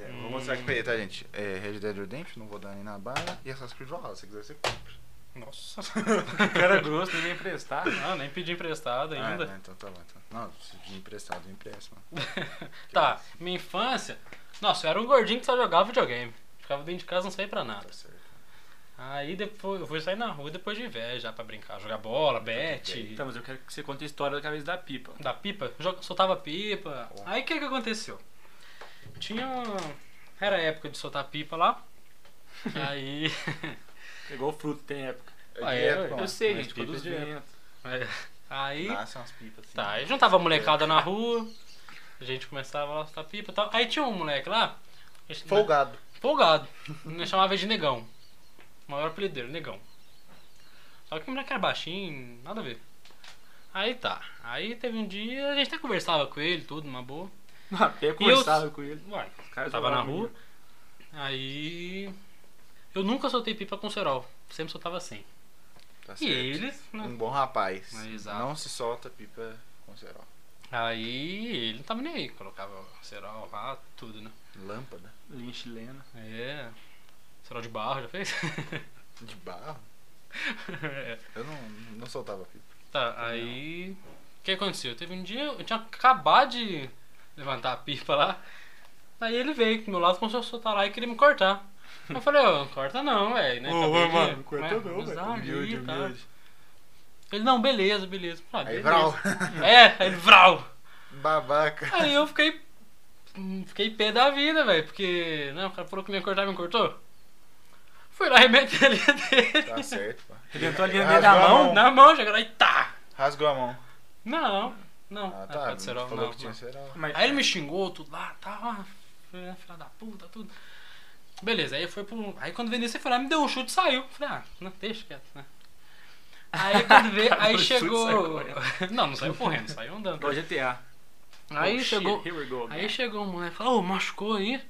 É, Vou mostrar aqui pra ele, tá, gente? É Red Dead Redemption, não vou dar nem na bala. E Assassin's Creed Valhalla, se quiser você compra.
Nossa. *laughs* ah,
O cara é grosso, ninguém ia emprestar.
Não, nem pedi emprestado ainda.
Ah, não, então tá bom. Então. Não, se de emprestado, eu empresto, mano.
Tá, minha infância. Nossa, eu era um gordinho que só jogava videogame. Ficava dentro de casa, não saía pra nada.
Tá certo.
Aí depois eu fui sair na rua depois de velho já pra brincar, jogar
Tá
bola, bet.
Então, mas eu quero que você conte a história da cabeça da pipa.
da pipa, jo- soltava pipa.
Ó.
Aí o que que aconteceu? Tinha. um- Era a época de soltar pipa lá. Aí. *laughs*
Pegou É o fruto, tem época.
Ah, é,
Direto,
ué.
pô.
eu sei,
mas
gente,
pipa
produz
de época.
vento.
Aí.
Nascem umas pipas assim.
Tá, aí juntava a molecada na rua, a gente começava a soltar pipa e tal. Aí tinha um moleque lá. a gente-
Folgado.
Folgado. Me chamava de negão. O maior apelido dele, negão. Só que o moleque era baixinho, nada a ver. Aí tá. Aí teve um dia, a gente até conversava com ele, tudo, uma boa.
Até conversava com ele.
Uai,
Os caras
tava na
jogavam
rua.
menino.
Aí. Eu nunca soltei pipa com cerol. Sempre soltava sem.
Tá
E
certo.
eles. né?
Um bom rapaz.
É, exato.
Não se solta pipa com cerol.
Aí ele não tava nem aí. Colocava cerol lá, tudo, né?
Lâmpada.
Linha chilena.
É. Cerol de barro já fez? *laughs*
De barro.
é.
Eu não, não soltava pipa.
Tá, aí. O que aconteceu? Teve um dia, eu tinha acabado de levantar a pipa lá. Aí ele veio do meu lado, começou a soltar lá e queria me cortar. Eu falei, ô, corta não, velho, né? Acabei de- né, usar ali, tá. Ele, não, beleza, beleza. Ah,
Aí,
beleza. Ah,
Vral. *laughs*
É, aí ele, vral.
Babaca.
Aí eu fiquei. hum, Fiquei pé da vida, velho, porque. Não, o cara falou que me ia cortar, me cortou. Fui lá arrebentar a linha dele.
Tá certo, pô.
Arrebentou a linha
Rasgou
dele da
a
mão.
mão.
*laughs* Na mão, chegou lá e tá!
Rasgou a mão.
Não, não.
Ah,
Ah,
tá.
pode ser, ó,
Falou
não,
que tinha
não.
cerol.
Mas-
Aí ele me xingou, tudo lá, tá, filha filha da puta, tudo. Beleza, aí foi pro. Aí quando o Vinícius foi lá, me deu um chute e saiu. Falei, ah, não, deixa quieto, né? Aí
*laughs*
quando veio,
Cara,
aí
um
o chute
chegou.
saiu correndo.
*laughs* não, não saiu correndo, saiu andando.
Igual GTA.
Aí
Oh, shit,
chegou.
Here we go.
Aí chegou um moleque e falou, ô, machucou aí? Eu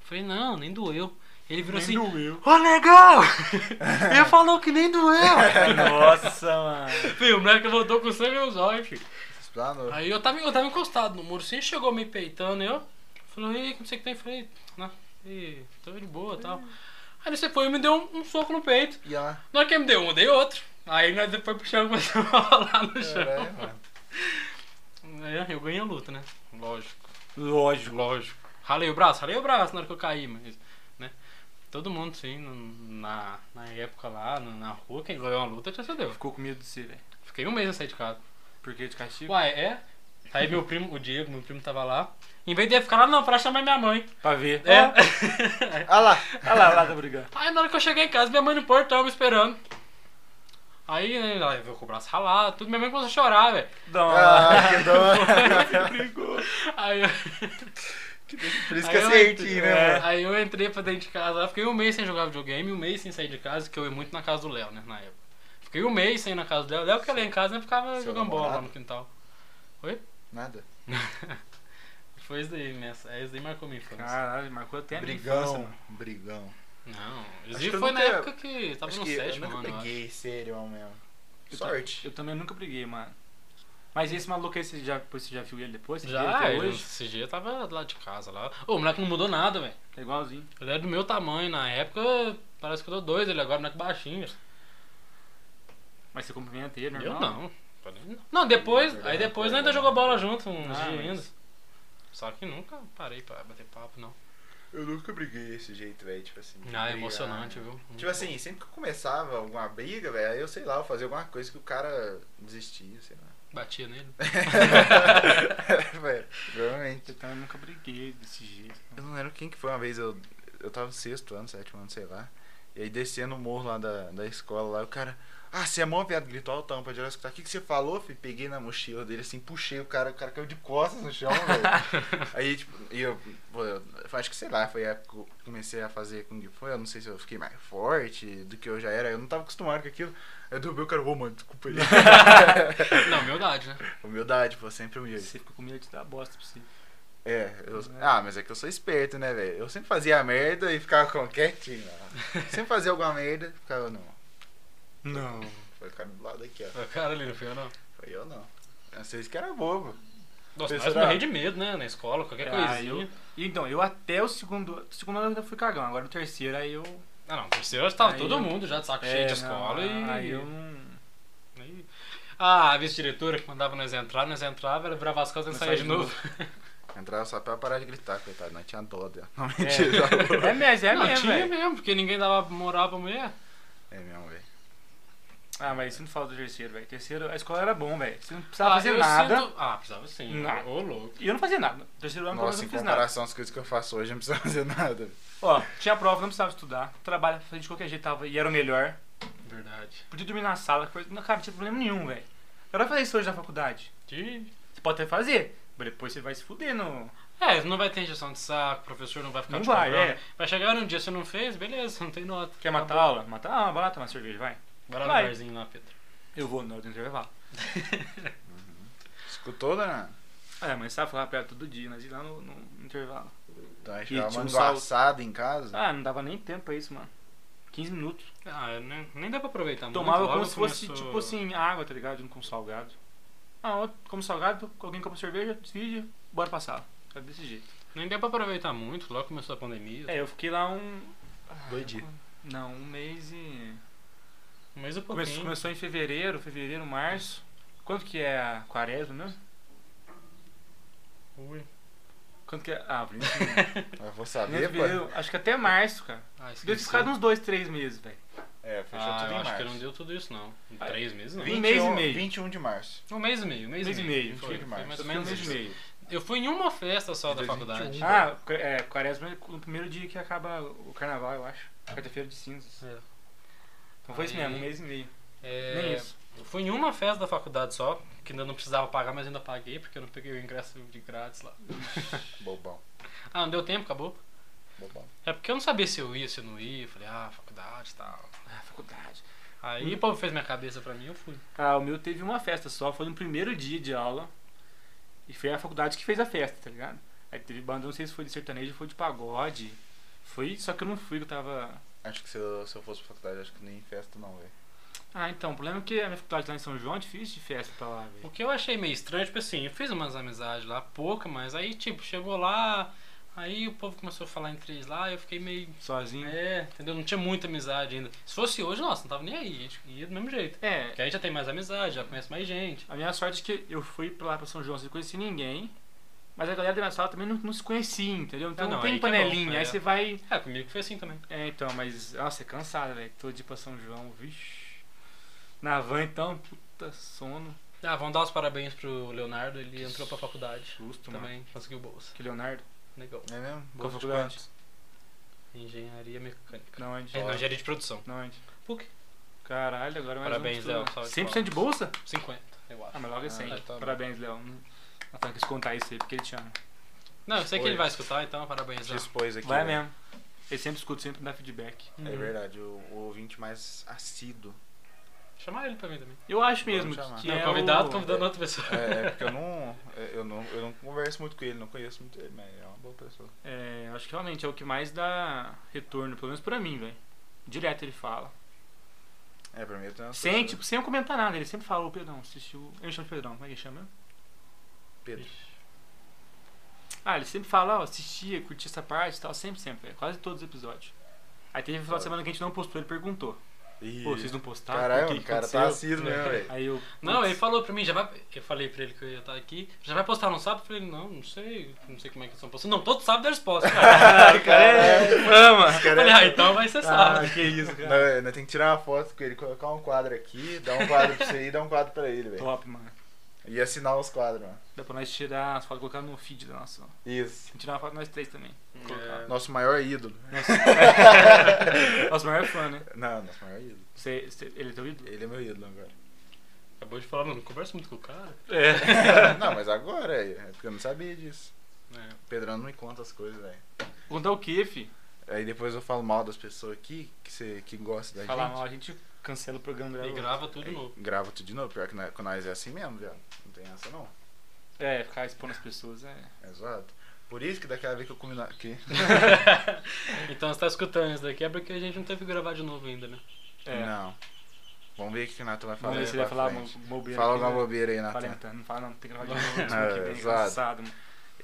falei, não, nem doeu. Ele virou assim,
doeu.
ô *laughs* legal! Ele falou que nem doeu!
Nossa, mano.
Filho, o moleque voltou com sangue nos olhos, filho.
Explanou.
Aí eu tava, eu tava encostado no muro, assim, chegou me peitando, eu falou, ei, como você que tem? Eu Falei, não, ei, tô de boa e tal. Aí você foi e me deu um, um soco no peito.
E
*laughs*
ela.
Na hora que ele me deu um, eu dei outro. Aí nós depois puxamos começou a *laughs* rolar no
Caralho,
chão.
mano.
É, eu ganhei a luta, né? Lógico,
Lógico.
lógico. Ralei o braço, ralei o braço na hora que eu caí, mas. Né? Todo mundo, sim, no- na, na época lá, no- na rua, quem ganhou a luta já se deu.
Ficou com medo de você, velho.
Fiquei um mês sem sair de casa.
Por que de castigo?
Uai, é? Aí meu primo, o Diego, meu primo tava lá. Em vez de ele ficar lá, não, pra chamar minha mãe.
Pra ver.
É.
Ah lá.
Olha lá, lá tá brigando.
Aí na hora que eu cheguei em casa, minha mãe no portão me esperando. Aí, né, ela veio com o braço ralado, tudo. Minha mãe começou a chorar, velho.
Nossa.
Ah, que
*laughs*
dó. *laughs*
brigou.
Aí eu.
Por isso que
aí
eu
eu
acertei,
entrei-
né,
é,
mano?
Aí eu entrei pra dentro de casa, lá, fiquei um mês sem jogar videogame, um mês sem sair de casa, que eu ia muito na casa do Léo, né, na época. Fiquei um mês sem ir na casa do Léo. Léo que ia lá em casa, né, ficava
Seu
jogando bola lá
namorado?
no quintal.
Nada.
Foi isso daí, minha. É isso daí marcou minha infância.
Caralho, marcou até a minha infância,
Brigão.
mano.
Brigão.
Não,
Acho que
isso daí
eu
foi na
nunca-
época que tava
Acho
no
que eu
sétimo,
nunca
mano. eu acho.
Peguei sério mesmo.
Eu ta-
Sorte.
Eu também nunca briguei, mano. Mas esse maluco aí, você já, você já viu ele depois? Você viu ele
Já,
até
ele,
hoje?
esse dia eu tava lá de casa lá. Ô, o moleque não mudou nada, velho.
É igualzinho.
Ele era do meu tamanho na época, parece que eu tô dois, ele agora é moleque baixinho.
Mas você cumprimenta ele,
Eu
normal?
não. Não, depois, aí depois nós ainda jogou bola junto uns
Ah,
dias ainda.
mas-
Só que nunca parei pra bater papo, não.
Eu nunca briguei desse jeito, velho. Tipo assim.
Ah,
brigar.
é emocionante, viu?
Tipo assim, sempre que eu começava alguma briga, velho, aí eu sei lá, eu fazia alguma coisa que o cara desistia, sei lá. *laughs*
Batia nele.
velho, provavelmente.
Eu também nunca briguei desse jeito.
Eu não lembro quem que foi uma vez, eu, eu tava no sexto ano, sétimo ano, sei lá. E aí descendo o morro lá da, da escola, lá o cara. Ah, você é mó viado, gritou o tampa de olhar escutar. O que, que você falou, filho? Peguei na mochila dele assim, puxei o cara, o cara caiu de costas no chão, velho. Aí, tipo, e eu, pô, eu acho que sei lá, foi a época que eu comecei a fazer Kung Fu, eu não sei se eu fiquei mais forte do que eu já era, eu não tava acostumado com aquilo. Aí eu derrubei o cara, ô mano, desculpa aí.
*laughs*
*laughs*
Não, humildade, né?
Humildade, pô, sempre humilde.
Você fica com medo de dar bosta pra você.
É, eu- ah, mas é que eu sou esperto, né, velho? Eu sempre fazia a merda e ficava com quietinho. ó.
*laughs*
sempre fazia alguma merda e ficava, não.
Não.
Foi o cara do lado aqui, ó.
O cara ali não foi eu, não.
Foi eu não. Vocês que era bobo.
Nossa, nós
Pensou,
morri
ah.
de medo, né? Na escola, qualquer
Ah,
coisinha.
eu- Então, eu até o segundo... O segundo ano eu ainda fui cagão. Agora no terceiro aí eu...
Ah, não, terceiro eu É, ah, tava
Aí
todo
eu-
mundo já de saco cheio de escola
não,
e.
Aí eu não...
Aí- Ah, a vice-diretora que mandava nós entrar, nós entrava, ela virava as costas e
Nós
saía de novo.
Entrava só pra parar de gritar, coitado. Não tinha dó dela. *laughs* Não
É,
mentira.
é mesmo, é
*laughs* não,
mesmo,
tinha
velho.
mesmo, porque ninguém dava moral pra mulher.
É mesmo, velho.
Ah, mas isso não falta do terceiro, velho. Terceiro, a escola era bom, velho. Você não precisava fazer nada.
Ah, Sinto... Ah, precisava sim.
Não.
Ô, louco.
E eu não fazia nada. Terceiro ano, pelo menos,
Nossa,
eu
em
não fiz nada.
comparação às coisas que eu faço hoje, eu não preciso *laughs* fazer nada.
Ó, tinha prova, não precisava estudar. Trabalho, fazia de qualquer jeito, tava, e era o melhor.
Verdade.
Podia dormir na sala, coisa. Não, cara, não tinha problema nenhum, velho. Eu não fazer isso hoje na faculdade.
De...
Você pode até fazer, mas depois você vai se fuder no.
É, não vai ter injeção de saco, o professor não vai ficar
Não
te
vai,
cobrando.
é.
Vai chegar um dia, você não fez, beleza, não tem nota.
Quer matar a aula? Mata a aula, vai lá tomar cerveja, vai.
Bora no
Vai.
barzinho lá, Pedro.
Eu vou na hora do intervalo.
Escutou, né?
É, mas sabe falar perto todo dia, nós ia lá no, no intervalo.
Então a gente
E
tava
tinha um
mandando
sal-
assado em casa.
Ah, não dava nem tempo pra isso, mano. 15 minutos.
Ah, nem, nem dá pra aproveitar muito.
Tomava
logo
como se fosse,
começou-
tipo assim, água, tá ligado? Junto com salgado. Ah, outro, como salgado, alguém compra cerveja, decide, bora passar. É desse jeito.
Nem deu pra aproveitar muito, logo começou a pandemia.
É, eu fiquei lá um.
Dois dias.
Não, um mês e.
Mas um pouquinho.
Começou, começou em fevereiro, fevereiro, março. Quanto que é a quaresma mesmo?
Ui.
Quanto que é. Ah, brinca.
Eu vou
Nem
saber, pô.
fevereiro, Acho que até março, cara.
Ah,
Deve ter ficado uns dois, três meses, velho.
É, fechou
Ah,
tudo
eu
em
acho
março.
que não deu tudo isso, não. Em
Ah,
Três meses, não.
vinte- mês e meio.
21 de março.
Um mês e meio, um mês,
Mês e meio,
Foi,
um dia de
foi
março.
mais ou
Acho que um
menos
mês e
isso.
meio.
Eu fui em uma festa só da
2021.
faculdade.
Ah, qua- é, quaresma é no primeiro dia que acaba o carnaval, eu acho. Quarta-feira de cinzas.
É.
Então um. foi isso
Aí-
mesmo, um mês e meio.
É,
Nem isso.
Eu fui em uma festa da faculdade só, que ainda não precisava pagar, mas ainda paguei, porque eu não peguei o ingresso de grátis lá.
Bobão,
Ah, não deu tempo, acabou?
bobão.
É porque eu não sabia se eu ia, se eu não ia. Eu Falei, ah, faculdade e tal.
Ah, faculdade. Hum.
Aí o povo fez minha cabeça pra mim, eu fui.
Ah, o meu teve uma festa só, foi no primeiro dia de aula. E foi a faculdade que fez a festa, tá ligado? Aí teve banda, não sei se foi de sertanejo, foi de pagode. Foi, só que eu não fui, que eu tava.
Acho que se eu, se eu fosse pra faculdade, acho que nem em festa não, velho.
Ah, então, o problema é que a minha faculdade lá em São João é difícil de festa pra lá,
O
velho.
que eu achei meio estranho, tipo assim, eu fiz umas amizades lá, pouca, mas aí, tipo, chegou lá, aí o povo começou a falar entre eles lá, eu fiquei meio.
Sozinho. É.
É, entendeu? Não tinha muita amizade ainda. Se fosse hoje, nossa, não tava nem aí, a gente ia do mesmo jeito.
É,
Porque aí já tem mais amizade, já conhece mais gente.
a minha sorte é que eu fui pra lá pra São João sem conhecer ninguém. Mas a galera da minha sala também não, não se conhecia, entendeu? Então
Ah,
não,
não,
tem
aí que é bom,
panelinha,
é.
aí você vai.
É, comigo foi assim também.
É, então, mas. Nossa, é cansado, velho. Todo dia pra São João, vixe. Na van, então, puta sono.
Ah, vamos dar os parabéns pro Leonardo, ele entrou pra faculdade
Justo, mano.
também, conseguiu bolsa.
Que Leonardo?
Legal.
É mesmo?
Qual
Bolsa de
faculdade?
quanto?
Engenharia mecânica.
Não, onde?
É, não, engenharia de produção.
Não, onde?
PUC?
Caralho, agora mais
Parabéns,
um.
Léo. Salve de
100% de bolsa?
50, eu acho.
Ah, mas logo é
Ah,
100.
tá bom.
Parabéns, Léo. Não tem que contar isso aí, porque ele te ama.
Não, eu sei que
Oi.
ele vai escutar, então parabéns.
Te
Léo.
expôs aqui.
Vai
velho.
mesmo. Ele sempre escuta, sempre dá feedback.
É
Uhum.
verdade, o, o ouvinte mais assíduo.
Chamar ele pra mim também.
Eu acho mesmo
Vamos chamar.
que
não,
é
convidado,
o...
convidando outra pessoa.
É, é porque eu não, é, eu não. Eu não converso muito com ele, não conheço muito ele, mas é uma boa pessoa.
É, acho que realmente é o que mais dá retorno, pelo menos pra mim, velho. Direto ele fala.
É, pra mim eu tenho uma
Sem,
pessoa-
tipo, sem eu comentar nada. Ele sempre fala, ô Pedrão, assistiu. Eu chamo de Pedrão, como é que ele chama?
Pedro.
Ah, ele sempre fala, ó, assistia, curti essa parte e tal, sempre, sempre, velho. Quase todos os episódios. Aí teve um final de semana que a gente não postou, ele perguntou.
Ih,
Pô, vocês não postaram?
Caralho,
Por que
mano, o
que
cara tá
aconteceu?"
assíduo *laughs* mesmo, velho.
Aí eu.
Não, ele falou pra mim, já vai. Eu falei pra ele que eu ia estar aqui. Já vai postar no sábado? Eu falei, não, não sei, não sei como é que eles estão postando. Não, todo sábado eles postam.
*laughs*
Ah,
cara.
Ai,
é
é, Ama!
Esse cara
falei,
é-
ah, então vai ser sábado.
que isso,
Não, é, nós tem que tirar uma foto com ele, colocar um quadro aqui, dar um quadro pra você e dar um quadro pra ele, *laughs* velho.
Top, mano.
E assinar os quadros, mano.
Dá pra nós tirar as fotos, colocar no feed da nossa.
Isso.
Tirar uma foto nós três
*laughs*
também. é,
É.
Nosso maior *laughs* ídolo.
Nosso maior fã, né?
Não, nosso maior ídolo.
Você, você- ele é teu ídolo?
Ele é meu ídolo agora.
*laughs*
É, Acabou de falar, não, não conversa muito com o cara.
É.
não, mas agora, é porque eu não sabia disso.
É.
O Pedrão não me conta as coisas, velho.
Contar o quê, fi?
Aí depois eu falo mal das pessoas aqui, que, você que gosta da
Falar
gente.
mal, a gente cancela o programa
E
dela.
grava tudo
Aí
novo.
Grava tudo de novo, pior que nós, com nós é assim mesmo, velho. Não tem essa não.
É, ficar expondo as pessoas é.
É zoado. Por isso que daquela vez que eu combinava. Que?
Então você tá escutando isso daqui, é porque a gente não teve que gravar de novo ainda, né?
É.
Não. Vamos ver o que que o Nathan vai falar.
Vamos ver
aí
se ele
pra
vai falar
frente.
mo- bobeira.
Fala
aqui,
alguma
né?
bobeira aí,
Fala,
Nathan.
Nathan. Não fala, não. Tem que gravar *laughs* de novo. semana
É,
que vem,
exato.
cansado, mano.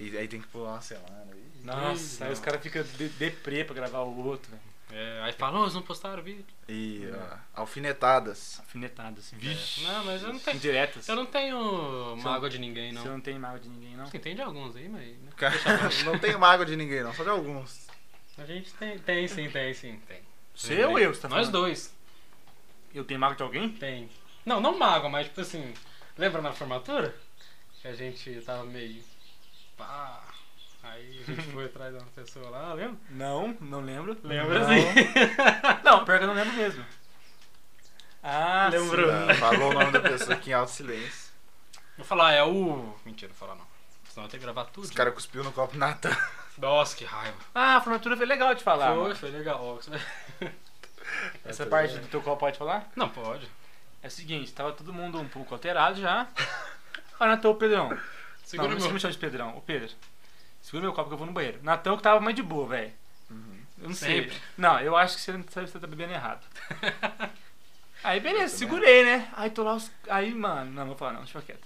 E aí tem que pular uma semana. Ih.
Nossa, aí
não.
os caras ficam de- deprê pra gravar o outro, velho.
É, aí falam, oh, eles não postaram vídeo.
E
é.
ó,
*laughs*
alfinetadas.
Alfinetadas. Vixe.
Não, mas eu não tenho.
Indiretas.
Eu não tenho
Você
mágoa de ninguém, não.
Você assim. não tem mágoa de ninguém, não?
Você entende alguns aí, mas. né?
Cara, não tenho mágoa de ninguém, não, só de alguns.
A gente tem, tem sim, tem sim, tem.
Você ou eu? Você tá
Nós
falando?
dois.
Eu tenho mágoa de alguém?
Tem. Não, não mágoa, mas tipo assim. Lembra na formatura? Que a gente tava meio. pá. Aí a
*laughs*
gente foi atrás de uma pessoa lá, lembra?
Não, não lembro.
Lembra
não. *laughs*
*laughs* sim.
Não, pior que eu não lembro mesmo. Ah,
Lembrou.
sim.
Não, falou o nome da pessoa aqui em alto silêncio.
Vou falar, é o. Mentira, não vou falar não. Senão eu tenho que gravar tudo.
Os caras cuspiu no copo Natan.
Nossa, que raiva.
Ah, a formatura foi legal de falar.
foi,
mano.
foi legal. Ó, você-
Essa parte do teu copo pode falar?
Não, pode.
É o seguinte, tava todo mundo um pouco alterado já. Ah, Natan, o Pedrão.
Segura
não,
o
não me
meu.
chama de Pedrão. Ô, Pedro, segura meu copo que eu vou no banheiro. Natan que tava mais de boa, velho. Eu não sei.
Sempre.
Não, eu acho que você, não sabe, você tá bebendo *laughs* errado. Aí, beleza, segurei, né? Aí tô lá, os- aí, mano, não, não vou falar não, deixa eu quieto.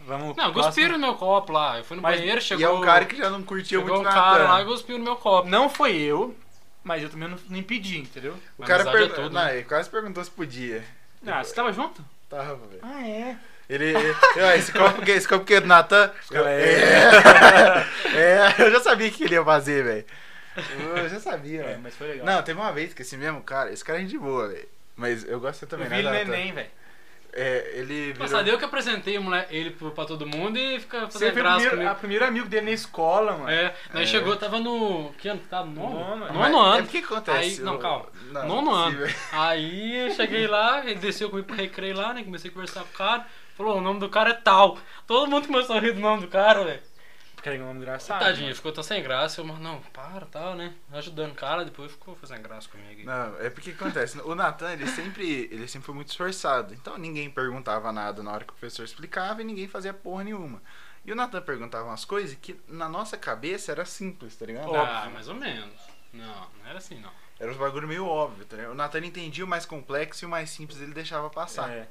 Vamos pro
Não,
próximo.
cuspiram no meu copo lá. Eu fui no
Mas-
banheiro, chegou.
E é um cara que já não curtia
Chegou
muito
um cara lá e
Natan.
cuspiu no meu copo.
Não foi eu, mas eu também não, não impedi, entendeu?
O cara
Amizade é
perguntou.
tudo,
Não,
né?
ele quase perguntou se podia.
Ah, você tava junto?
Tava, velho.
Ah, é.
Ele. ele- ó, esse copo que esse copo que é do Natan. Eu-
caras-
É. *laughs* É, eu já sabia o que ele ia fazer, velho. Eu já sabia,
É,
velho.
mas foi legal.
Não, teve uma vez que esse mesmo cara, esse cara é de boa, velho. Mas eu gosto
eu
também,
vi ele
né?
no
Natan?
Enem, velho.
É, ele virou...
Nossa, deu que eu apresentei o mole- ele pro- pra todo mundo e fica
Você
fazendo
foi o
graça
primeiro, a
comigo.
primeiro amigo dele na escola, mano.
É,
Ah,
daí
É.
chegou, tava no. Que ano que tava? Nono?
Nono, é.
Mas
Nono
É
ano.
porque acontece.
Aí- não,
o-
calma.
Não, é
Nono ano.
possível. *laughs*
Aí eu cheguei lá, ele desceu comigo pro recreio lá, né? Comecei a conversar com o cara. Falou, o nome do cara é tal. Todo mundo começou a rir do nome do cara, velho.
Porque era um nome engraçado.
Tadinho, ele ficou tão sem graça. Eu, mano, não, para, tal, né? Ajudando o cara, depois ficou fazendo graça comigo.
Não, é porque acontece. O Natan, ele sempre, ele sempre foi muito esforçado. Então ninguém perguntava nada na hora que o professor explicava e ninguém fazia porra nenhuma. E o Natan perguntava umas coisas que na nossa cabeça era simples, tá ligado?
Ah, mais ou menos. Não, não era assim, não.
Era um bagulho meio óbvio, tá ligado? O Natan entendia o mais complexo e o mais simples ele deixava passar.
É.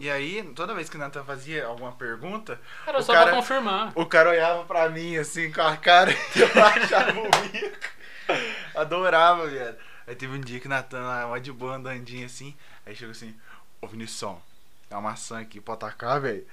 E aí, toda vez que o Natan fazia alguma pergunta,
Era
O
só
cara-
pra confirmar.
o cara olhava pra mim assim com a cara *laughs* e eu achava o bico. Adorava, viado. Aí teve um dia que o Natan lá, mó de boa andandinho assim, aí chegou assim, ô Vinição, dá uma maçã aqui pra atacar, velho.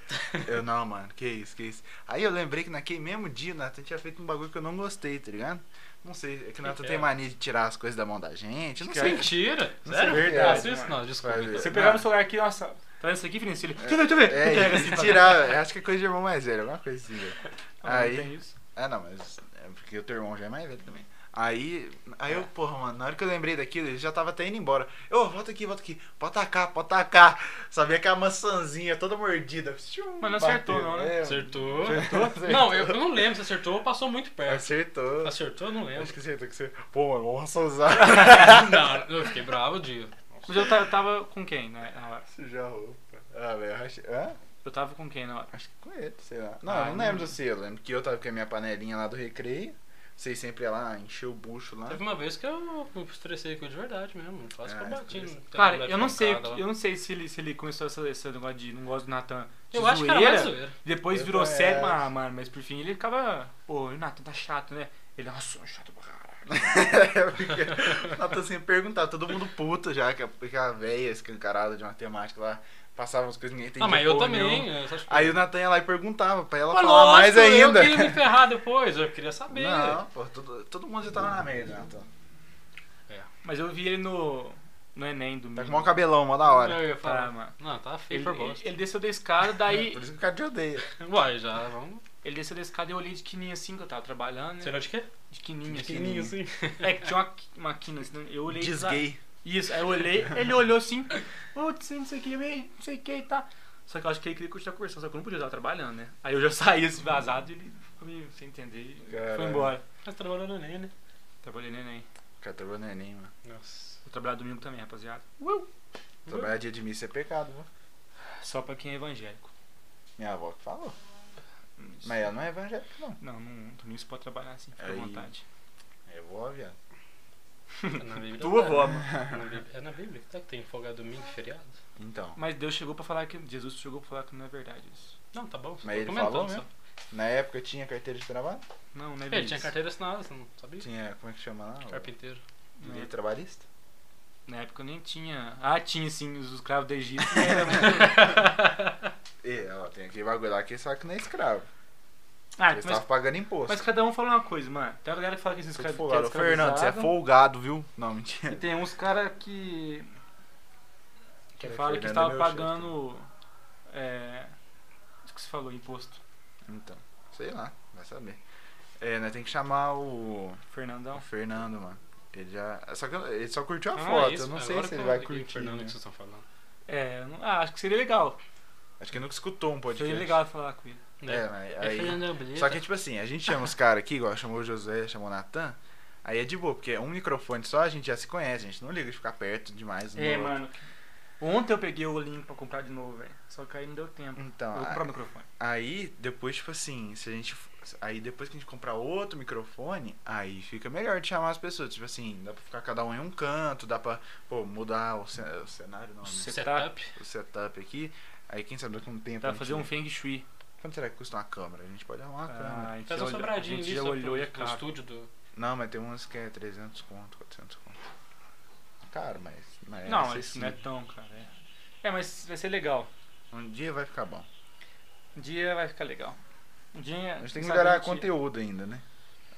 Eu, não, mano, que isso, que isso. Aí eu lembrei que naquele mesmo dia o Natan tinha feito um bagulho que eu não gostei, tá ligado? Não sei, é que o Natan
que
tem
é?
mania de tirar as coisas da mão da gente, eu não
Que é?
sei.
Mentira!
Não sei,
Sério?
verdade,
Faço isso?
mano.
Não, desculpa.
Vai ver.
então.
Você pegava
Não.
o celular aqui, nossa, tá vendo isso aqui, Vinícius? Ele, deixa eu ver, deixa eu ver.
É,
E pega
e
assim,
tirar, eu acho que é coisa de irmão mais velho, alguma coisa assim, velho.
Não, não
Aí-
tem isso.
Ah, não, mas é porque o teu irmão já é mais velho também. Aí, aí
É.
eu, porra, mano, na hora que eu lembrei daquilo, ele já tava até indo embora. Eu, "Ô, volta aqui, volta aqui, pode tacar, pode tacar. Sabia que a maçãzinha toda mordida. Tchum,
Mas não acertou, não, né?
É,
Acertou.
Acertou, acertou.
Não, eu, eu não lembro se acertou ou passou muito perto.
Acertou.
Acertou, eu não
Acho *laughs*
lembro.
que acertou que você. Pô, mano, vamos usar.
*laughs*
não, eu fiquei bravo, Dio.
Mas eu ta- tava com quem na na hora?
Suja a roupa. Ah, velho, eu achei. Hã?
Eu tava com quem na hora?
Acho que com ele, sei lá. Não,
Ah,
eu não
não.
lembro do seu. Eu lembro que eu tava com a minha panelinha lá do recreio. Vocês sempre iam lá, encheu o bucho lá.
Teve uma vez que eu me estressei com ele de verdade mesmo. Quase que
É,
eu bati.
isso.
no-
Cara,
Tá na
eu não sei, o
pancada
que-
lá.
eu não sei se ele, se ele começou essa- esse negócio de não gosto do Natan. de
Eu acho que era mais zoeira.
Depois
Eu
virou
também
sério,
acho.
ah, mano, mas por fim ele ficava, pô, o Natan tá chato, né? Ele, nossa, é chato pra caralho.
É, porque Natan sempre perguntava, todo mundo puto já, que a, que a véia escancarada de matemática lá passava as coisas, ninguém entendia.
Ah, mas eu
porra
também.
nenhuma.
eu só-
Aí o Natan ia lá e perguntava pra ela
Mas
falar
lógico,
mais ainda.
Eu queria
*laughs*
me ferrar depois, eu queria saber.
Não, pô, todo, todo mundo já tava na merda, Natan. Tá
Mas eu vi ele no, no Enem do
Tá com o maior cabelão, mó da hora.
Eu ia
Tá,
falar.
mano.
Não, tá feio
Ele,
por
ele-
*laughs*
bosta.
ele desceu da escada, daí.
Por isso que o cara te odeia.
Uai, já vamos.
ele desceu da escada e eu olhei de quininha assim que eu tava trabalhando, né?
Será de quê?
De quininha, assim.
quininha.
sim.
É que tinha uma, uma quina assim, né? eu olhei.
Desgay.
Isso, aí eu olhei, ele olhou assim, putz, não sei o que, bem, não sei o que e tá. Só que eu acho que ele queria continuar conversando, só que eu não podia estar trabalhando, né? Aí eu já *laughs* saí assim vazado e ele ficou meio sem entender e foi
Caralho.
embora.
*laughs* Mas trabalhando nem, né?
Trabalhei neném.
O cara trabalhou no Enem, mano.
Nossa.
Vou trabalhar domingo também, rapaziada.
Uhum.
Trabalhar dia de missa é pecado, viu?
Só pra quem é evangélico.
Minha avó que falou. Mas ela não é evangélica, não.
Não, não, domingo você pode trabalhar assim, fica à
Aí.
vontade.
É vó, viado.
É *laughs* na Bíblia.
Tua
tá,
avó,
né?
mano.
É na Bíblia- É na Bíblia que tá que tem folga domingo e feriado.
*laughs* Então,
Mas Deus chegou pra falar que. Jesus chegou pra falar que não é verdade isso.
Não, tá bom. só
Mas
tô
ele
comentando
falou
só.
mesmo? na época tinha carteira de trabalho?
Não, não é
É, Ele
verdade.
tinha carteira assinada, você não sabia?
Tinha, como é que chama lá?
Carpinteiro.
Direito trabalhista?
Na época eu nem tinha. Ah, tinha sim, os escravos do
*laughs*
Egito. Era
É, ó, tem aquele bagulho lá que sabe que não é escravo.
Ah,
Eles
mas,
estavam pagando imposto.
mas cada um fala uma coisa, mano. Tem uma galera que fala que esses
Você é que
escravos
folgado. Ô, Fernando, você é folgado, viu? Não, mentira.
E tem uns caras que.
Que
É,
fala que
Fernando é
estava
meu
pagando. É, o que você falou, imposto.
Então, sei lá, vai saber. É, nós tem que chamar o, o
Fernandão.
Fernando, mano. Ele já. Só que eu- ele só curtiu a
Ah,
foto,
isso,
eu não sei
agora
se ele
que eu
vai
liguei pro
curtir.
Fernando
né?
que vocês estão falando.
É, eu não- ah, acho que seria legal.
Acho que ele nunca escutou um podcast.
Seria legal falar com ele.
É, mas aí-
né? Fernando né? é Beleza.
Só que, tipo assim, a gente chama os caras aqui, igual chamou o José, chamou o Natan. Aí é de boa, porque um microfone só a gente já se conhece, a gente não liga de ficar perto demais. um do
É,
outro.
mano. Ontem eu peguei o link pra comprar de novo, velho. Só que aí não deu tempo.
Então,
Eu Vou
a-
comprar o microfone.
aí depois, tipo assim, se a gente. Aí depois que a gente comprar outro microfone, aí fica melhor de chamar as pessoas. Tipo assim, dá pra ficar cada um em um canto, dá pra pô, mudar o, cen- o cenário, não, né?
um setup.
o setup aqui. Aí quem sabe com o tempo. Então
Pra
a gente- Ah, tá.
fazer um Feng Shui. Ah,
Quanto será que custa uma câmera? A gente pode arrumar uma câmera.
a gente
Faz
já
um
olhou-
sobradinho
A gente
ali
já
só
olhou e é
pro, pro
caro.
estúdio do.
Não, mas tem umas que é 300 conto, 400 conto. Caro, mas. mas é
não, mas isso não é
acessível.
tão, cara. É. é, mas vai ser legal.
Um dia vai ficar bom.
Um dia vai ficar legal. Um dia.
A gente tem
quem
que
sabe
melhorar
a gente-
conteúdo ainda, né?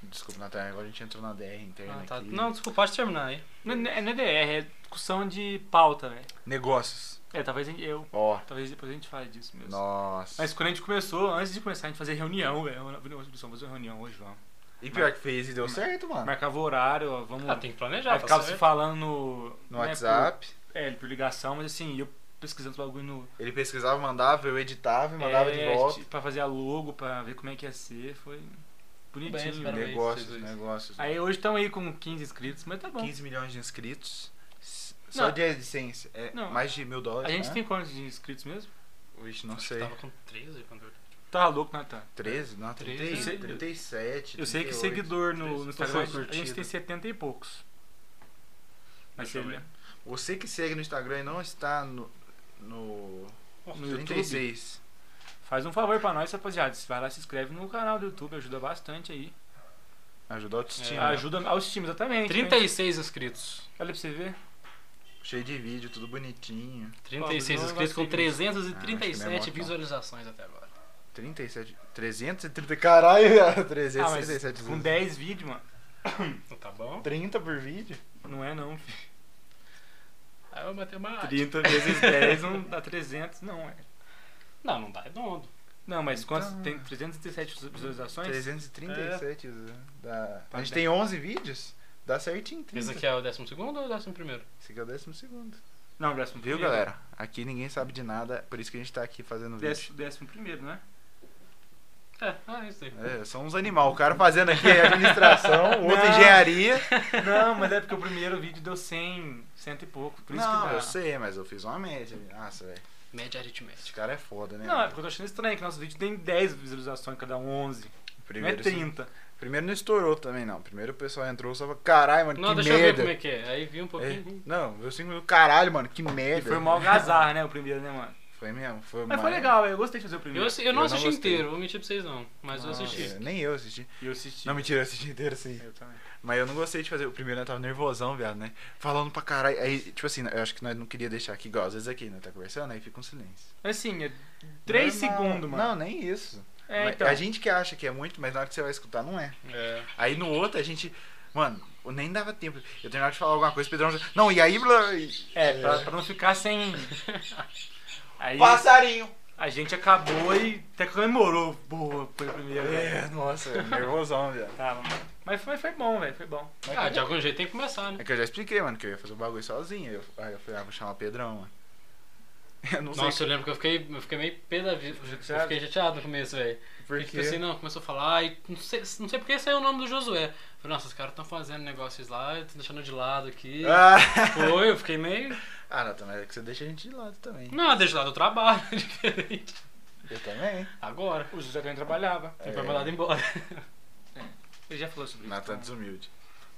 Desculpa, Natália, agora a gente entrou na DR interna
Ah, tá.
aqui.
Não, desculpa, pode terminar aí.
Não não é não é DR, é discussão de pauta, velho.
Negócios.
É, talvez eu.
Ó,
Talvez depois a gente fale disso mesmo.
nossa.
Mas quando a gente começou, antes de começar, a gente fazia reunião, velho. Vamos fazer uma reunião hoje, vamos.
E pior que fez e deu
Mas-
certo, mano.
Marcava o horário, ó, vamos.
Ah, tem que planejar.
Aí
pra
ficava
saber.
se falando no.
No
né,
WhatsApp.
Por, é, por ligação, mas assim, eu pesquisando os bagulho no.
Ele pesquisava, mandava, eu editava e mandava de
É,
volta.
Pra fazer a logo, pra ver como é que ia ser. Foi
Bem,
bonitinho.
espero
né?
Parabéns,
Negócios,
vocês dois.
negócios.
Aí hoje estão aí com 15 inscritos, mas tá bom.
15 milhões de inscritos. S- Só
Não.
de licença. É
Não.
mais de mil dólares.
A gente
né?
tem quantos de inscritos mesmo?
Vixe, não
Acho
sei.
que Tava com 13 quando eu.
*laughs*
Tá louco, Natan.
13? Não, 30,
13,
eu sei-
37.
Eu sei que
38.
seguidor no, no
Três.
Instagram é a
Foi
gente- a gente
curtido.
tem 70 e poucos. Mas
Deixa eu
seria-
ver.
Você que segue no Instagram e não está no. No.
No YouTube.
36.
Faz um favor pra nós, rapaziada. Vai lá, se inscreve no canal do YouTube, ajuda bastante aí. Ah,
Ajudou a autoestima.
É.
Ajuda aos times, exatamente. né?
36 inscritos.
Olha pra você ver. É.
Cheio de vídeo, tudo bonitinho.
36
Ó, não
inscritos
vai
com
seguir.
Ah, acho
337
que não é
visualizações até agora.
37. 330. Caralho, *laughs* velho,
Ah, mas
337
com 10 vídeos, mano.
Então Tá bom.
30 por vídeo?
Não é não, filho.
Aí eu bati uma.
*laughs* 30 vezes 10 não dá 300, não é.
Não, não dá é redondo.
Não, mas quantos
Então-
tem 337 visualizações?
337. Dá...
Tá
A gente
bem.
tem 11 vídeos? Dá certinho
Esse
30.
aqui é o 12 ou o 11?
Esse aqui é o décimo segundo.
Não, décimo
Viu,
primeiro.
galera? Aqui ninguém sabe de nada, por isso que a gente tá aqui fazendo vídeo.
Décimo, décimo primeiro, né? *laughs*
É, ah, isso aí.
É, são uns animal. O cara fazendo aqui é *laughs* administração, o outro
Não.
engenharia.
Não, mas é porque o primeiro vídeo deu 100, cento e pouco. Por isso
não,
que dá.
eu sei, mas eu fiz uma média. Nossa, velho.
Média
Esse
aritmética.
cara é foda, né?
Não, é
mano?
porque eu tô achando estranho que nosso vídeo tem 10 visualizações, cada um 11. Não é
primeiro, assim.
30.
primeiro não estourou também, não. Primeiro o pessoal entrou só falou, caralho, mano,
Não,
que
deixa eu ver
merda.
como é que é. Aí vi um pouquinho.
É, Não, eu cinco minutos, caralho, mano, que merda.
E foi
*laughs*
mal algazarra, né? O primeiro, né, mano?
É, Foi mesmo, foi
Mas
mal.
foi legal, eu gostei de fazer o
Eu,
primeiro.
assi- eu
Eu
não
não
assisti
gostei.
inteiro, vou mentir pra vocês não. Mas eu
Nossa.
assisti.
É, nem eu assisti.
E eu assisti.
Não, mentira, eu assisti inteiro sim.
Eu também.
Mas eu não gostei de fazer. O primeiro eu tava nervosão, viado, né? Falando pra caralho. Aí, tipo assim, eu acho que nós não queria deixar aqui, igual às vezes aqui, né? Tá conversando, aí fica um silêncio.
Assim, é 3
Normal.
segundos, mano.
Não, nem isso.
é,
Mas
então.
A gente que acha que é muito, mas na hora que você vai escutar, não é.
É.
Aí no outro a gente. Mano, nem dava tempo. Eu terminava de falar alguma coisa, o Pedrão. já- Não, e aí. blá, e-
É, pra, pra não ficar sem. Aí
Passarinho!
a gente acabou e até comemorou. Boa, foi o primeiro. né?
É, nossa, velho, nervosão, velho.
Tá, mano. Mas foi, foi bom, velho. Foi bom.
Ah, de algum jeito tem que começar,
É
né?
que eu já expliquei, mano, que eu ia fazer o bagulho sozinho. Aí eu, aí eu falei, ah, vou chamar o Pedrão, mano. *laughs* Eu não
Nossa,
sei
eu lembro que eu fiquei, eu fiquei meio pé da vida. Eu
Chateado?
fiquei chateado no começo, velho.
por
Tipo assim,
quê.
não, começou a falar e não sei, não sei porque saiu o nome do Josué. Eu Falei, nossa, os caras estão fazendo negócios lá, estão deixando de lado aqui.
Ah, *laughs*
Foi, eu fiquei meio.
ah, não, também é que você deixa a gente de lado também.
Não, deixa de lado o trabalho, *laughs* é diferente.
Eu também.
Agora.
O José também trabalhava.
Ele
É.
foi mandado embora.
Ele já falou sobre isso.
Natan
tá.
então.
desumilde.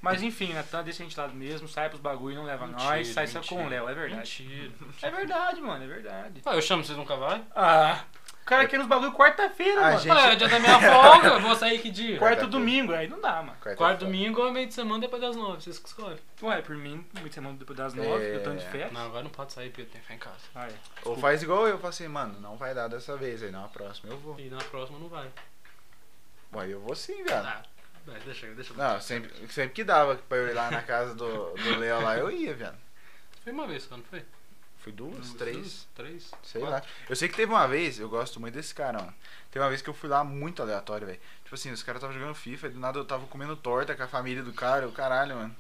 Mas enfim, Natan, deixa a gente lá mesmo, sai pros bagulho, não leva
Mentira,
nós, sai só
mentira.
com o Léo, é verdade.
Mentira.
É verdade, mano, é verdade.
Ah, eu chamo, vocês nunca vai?
Ah, o cara quer nos bagulho quarta-feira,
Ah,
mano.
gente-
Ah, é o dia da minha folga, eu vou sair que dia?
Quarta
Quarta-feira.
ou domingo, aí não dá, mano.
Quarto domingo ou meio de semana depois das nove, vocês que escolhem.
Ué, por mim, muita semana depois das nove,
É.
eu tô de férias.
Não, agora não pode sair porque eu tenho que ficar em casa.
Ah, é.
Ou faz igual eu, falo assim, mano, não vai dar dessa vez, aí na próxima eu vou.
E na próxima não vai.
Bom, aí eu vou sim, viado.
Ah, vai, deixa, deixa.
Tá. Não, sempre, sempre que dava pra eu ir lá na casa do, do Léo lá, eu ia, viado.
Foi uma vez só, não foi?
Foi duas,
Duas,
três,
duas, Três?
sei
quatro.
lá. Eu sei que teve uma vez, eu gosto muito desse cara, mano. Teve uma vez que eu fui lá muito aleatório, velho. Tipo assim, os caras estavam jogando FIFA e do nada eu tava comendo torta com a família do cara, o caralho, mano.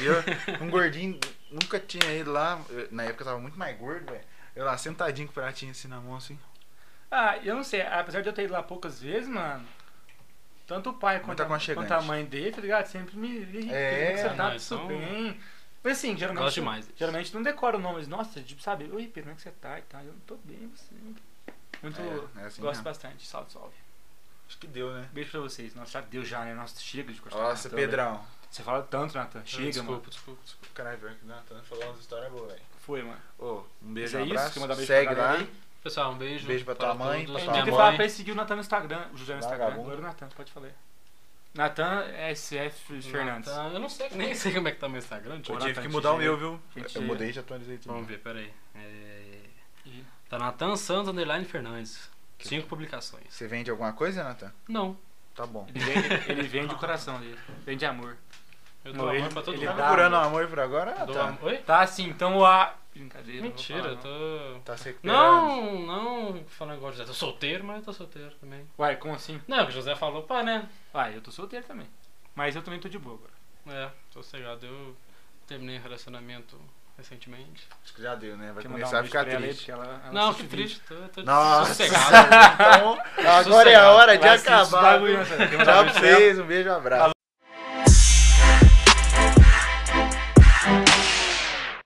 E *laughs* eu, um gordinho, nunca tinha ido lá. eu- na época eu tava muito mais gordo, velho. Eu lá sentadinho com o pratinho assim na mão, assim.
Ah, eu não sei, apesar de eu ter ido lá poucas vezes, mano, tanto o pai
Muito
quanto, a-
aconchegante.
quanto a mãe dele, tá ligado? Sempre me irritou,
É,
que você tá
não,
tudo
então-
bem. Mas assim, geralmente.
Gosto demais deles.
Geralmente não decora o nome, mas, nossa, tipo, sabe, oi Pedro, como é que você tá e tal? Eu não tô bem, você. Muito.
É, é assim
gosto
mesmo.
bastante, salve, salve.
Acho que deu, né?
Beijo pra vocês. Nossa, já deu já, né? Nossa, chega de cortar.
Nossa,
Natan,
Pedrão.
velho. Você fala tanto, Natan. Chega,
desculpa,
mano.
desculpa, desculpa.
Caralho, pior que o Nathan falou umas histórias boas, velho.
Foi, mano.
Ô, um beijo,
Mas é
um
isso,
abraço.
quer mandar beijo pra
Segue lá.
galera
Pessoal, um beijo.
Beijo pra
para
tua mãe,
A
todos.
pra
gente
tua
tem que
mãe.
falar pra ele seguir o Natan no Instagram. O José no Instagram.
Vagabundo.
Agora o Natan, pode falar. aí. Natan SF Fernandes.
Natan, Tá, eu não sei, *laughs* nem sei como é que tá meu Instagram. deixa eu
Ô,
Eu
ver.
tive
Nathan,
que mudar o
gente,
meu, viu?
gente,
Eu mudei e já atualizei tudo.
Vamos ver, peraí. É...
E-
Tá Natan Santos Underline Fernandes.
Que-
Cinco publicações.
Você vende alguma coisa, Nathan?
Não.
Tá bom.
Ele vende, ele vende o coração dele. Vende amor.
Eu
Não,
dou amor
ele-
pra todo
ele
Tá
mundo.
dá-
procurando um amor por agora,
Eu dou
Nathan?
amor- Oi?
Tá assim, então a. Brincadeira. não vou
Mentira,
falar,
eu
não.
tô.
Tá se recuperando.
Não, não falando igual o José. Tô solteiro, mas eu tô solteiro também.
Uai, como assim?
Não, é o José falou, pá, né?
Uai, eu tô solteiro também. Mas eu também tô de boa agora.
É, tô cegado. Eu terminei um relacionamento recentemente.
Acho que já deu, né? Vai
Quer mandar
começar
um
a ficar
beijo pra ela aí,
triste.
porque ela- ela
não,
sente
que
vídeo.
triste. Tô, tô
Nossa.
sossegado.
*laughs* Então, agora é a hora de
Vai assistir esse
acabar.
bagulho,
viu?
Nathan. Quer mandar um
Tchau
beijo
pra
pra ela?
vocês, um beijo, um abraço.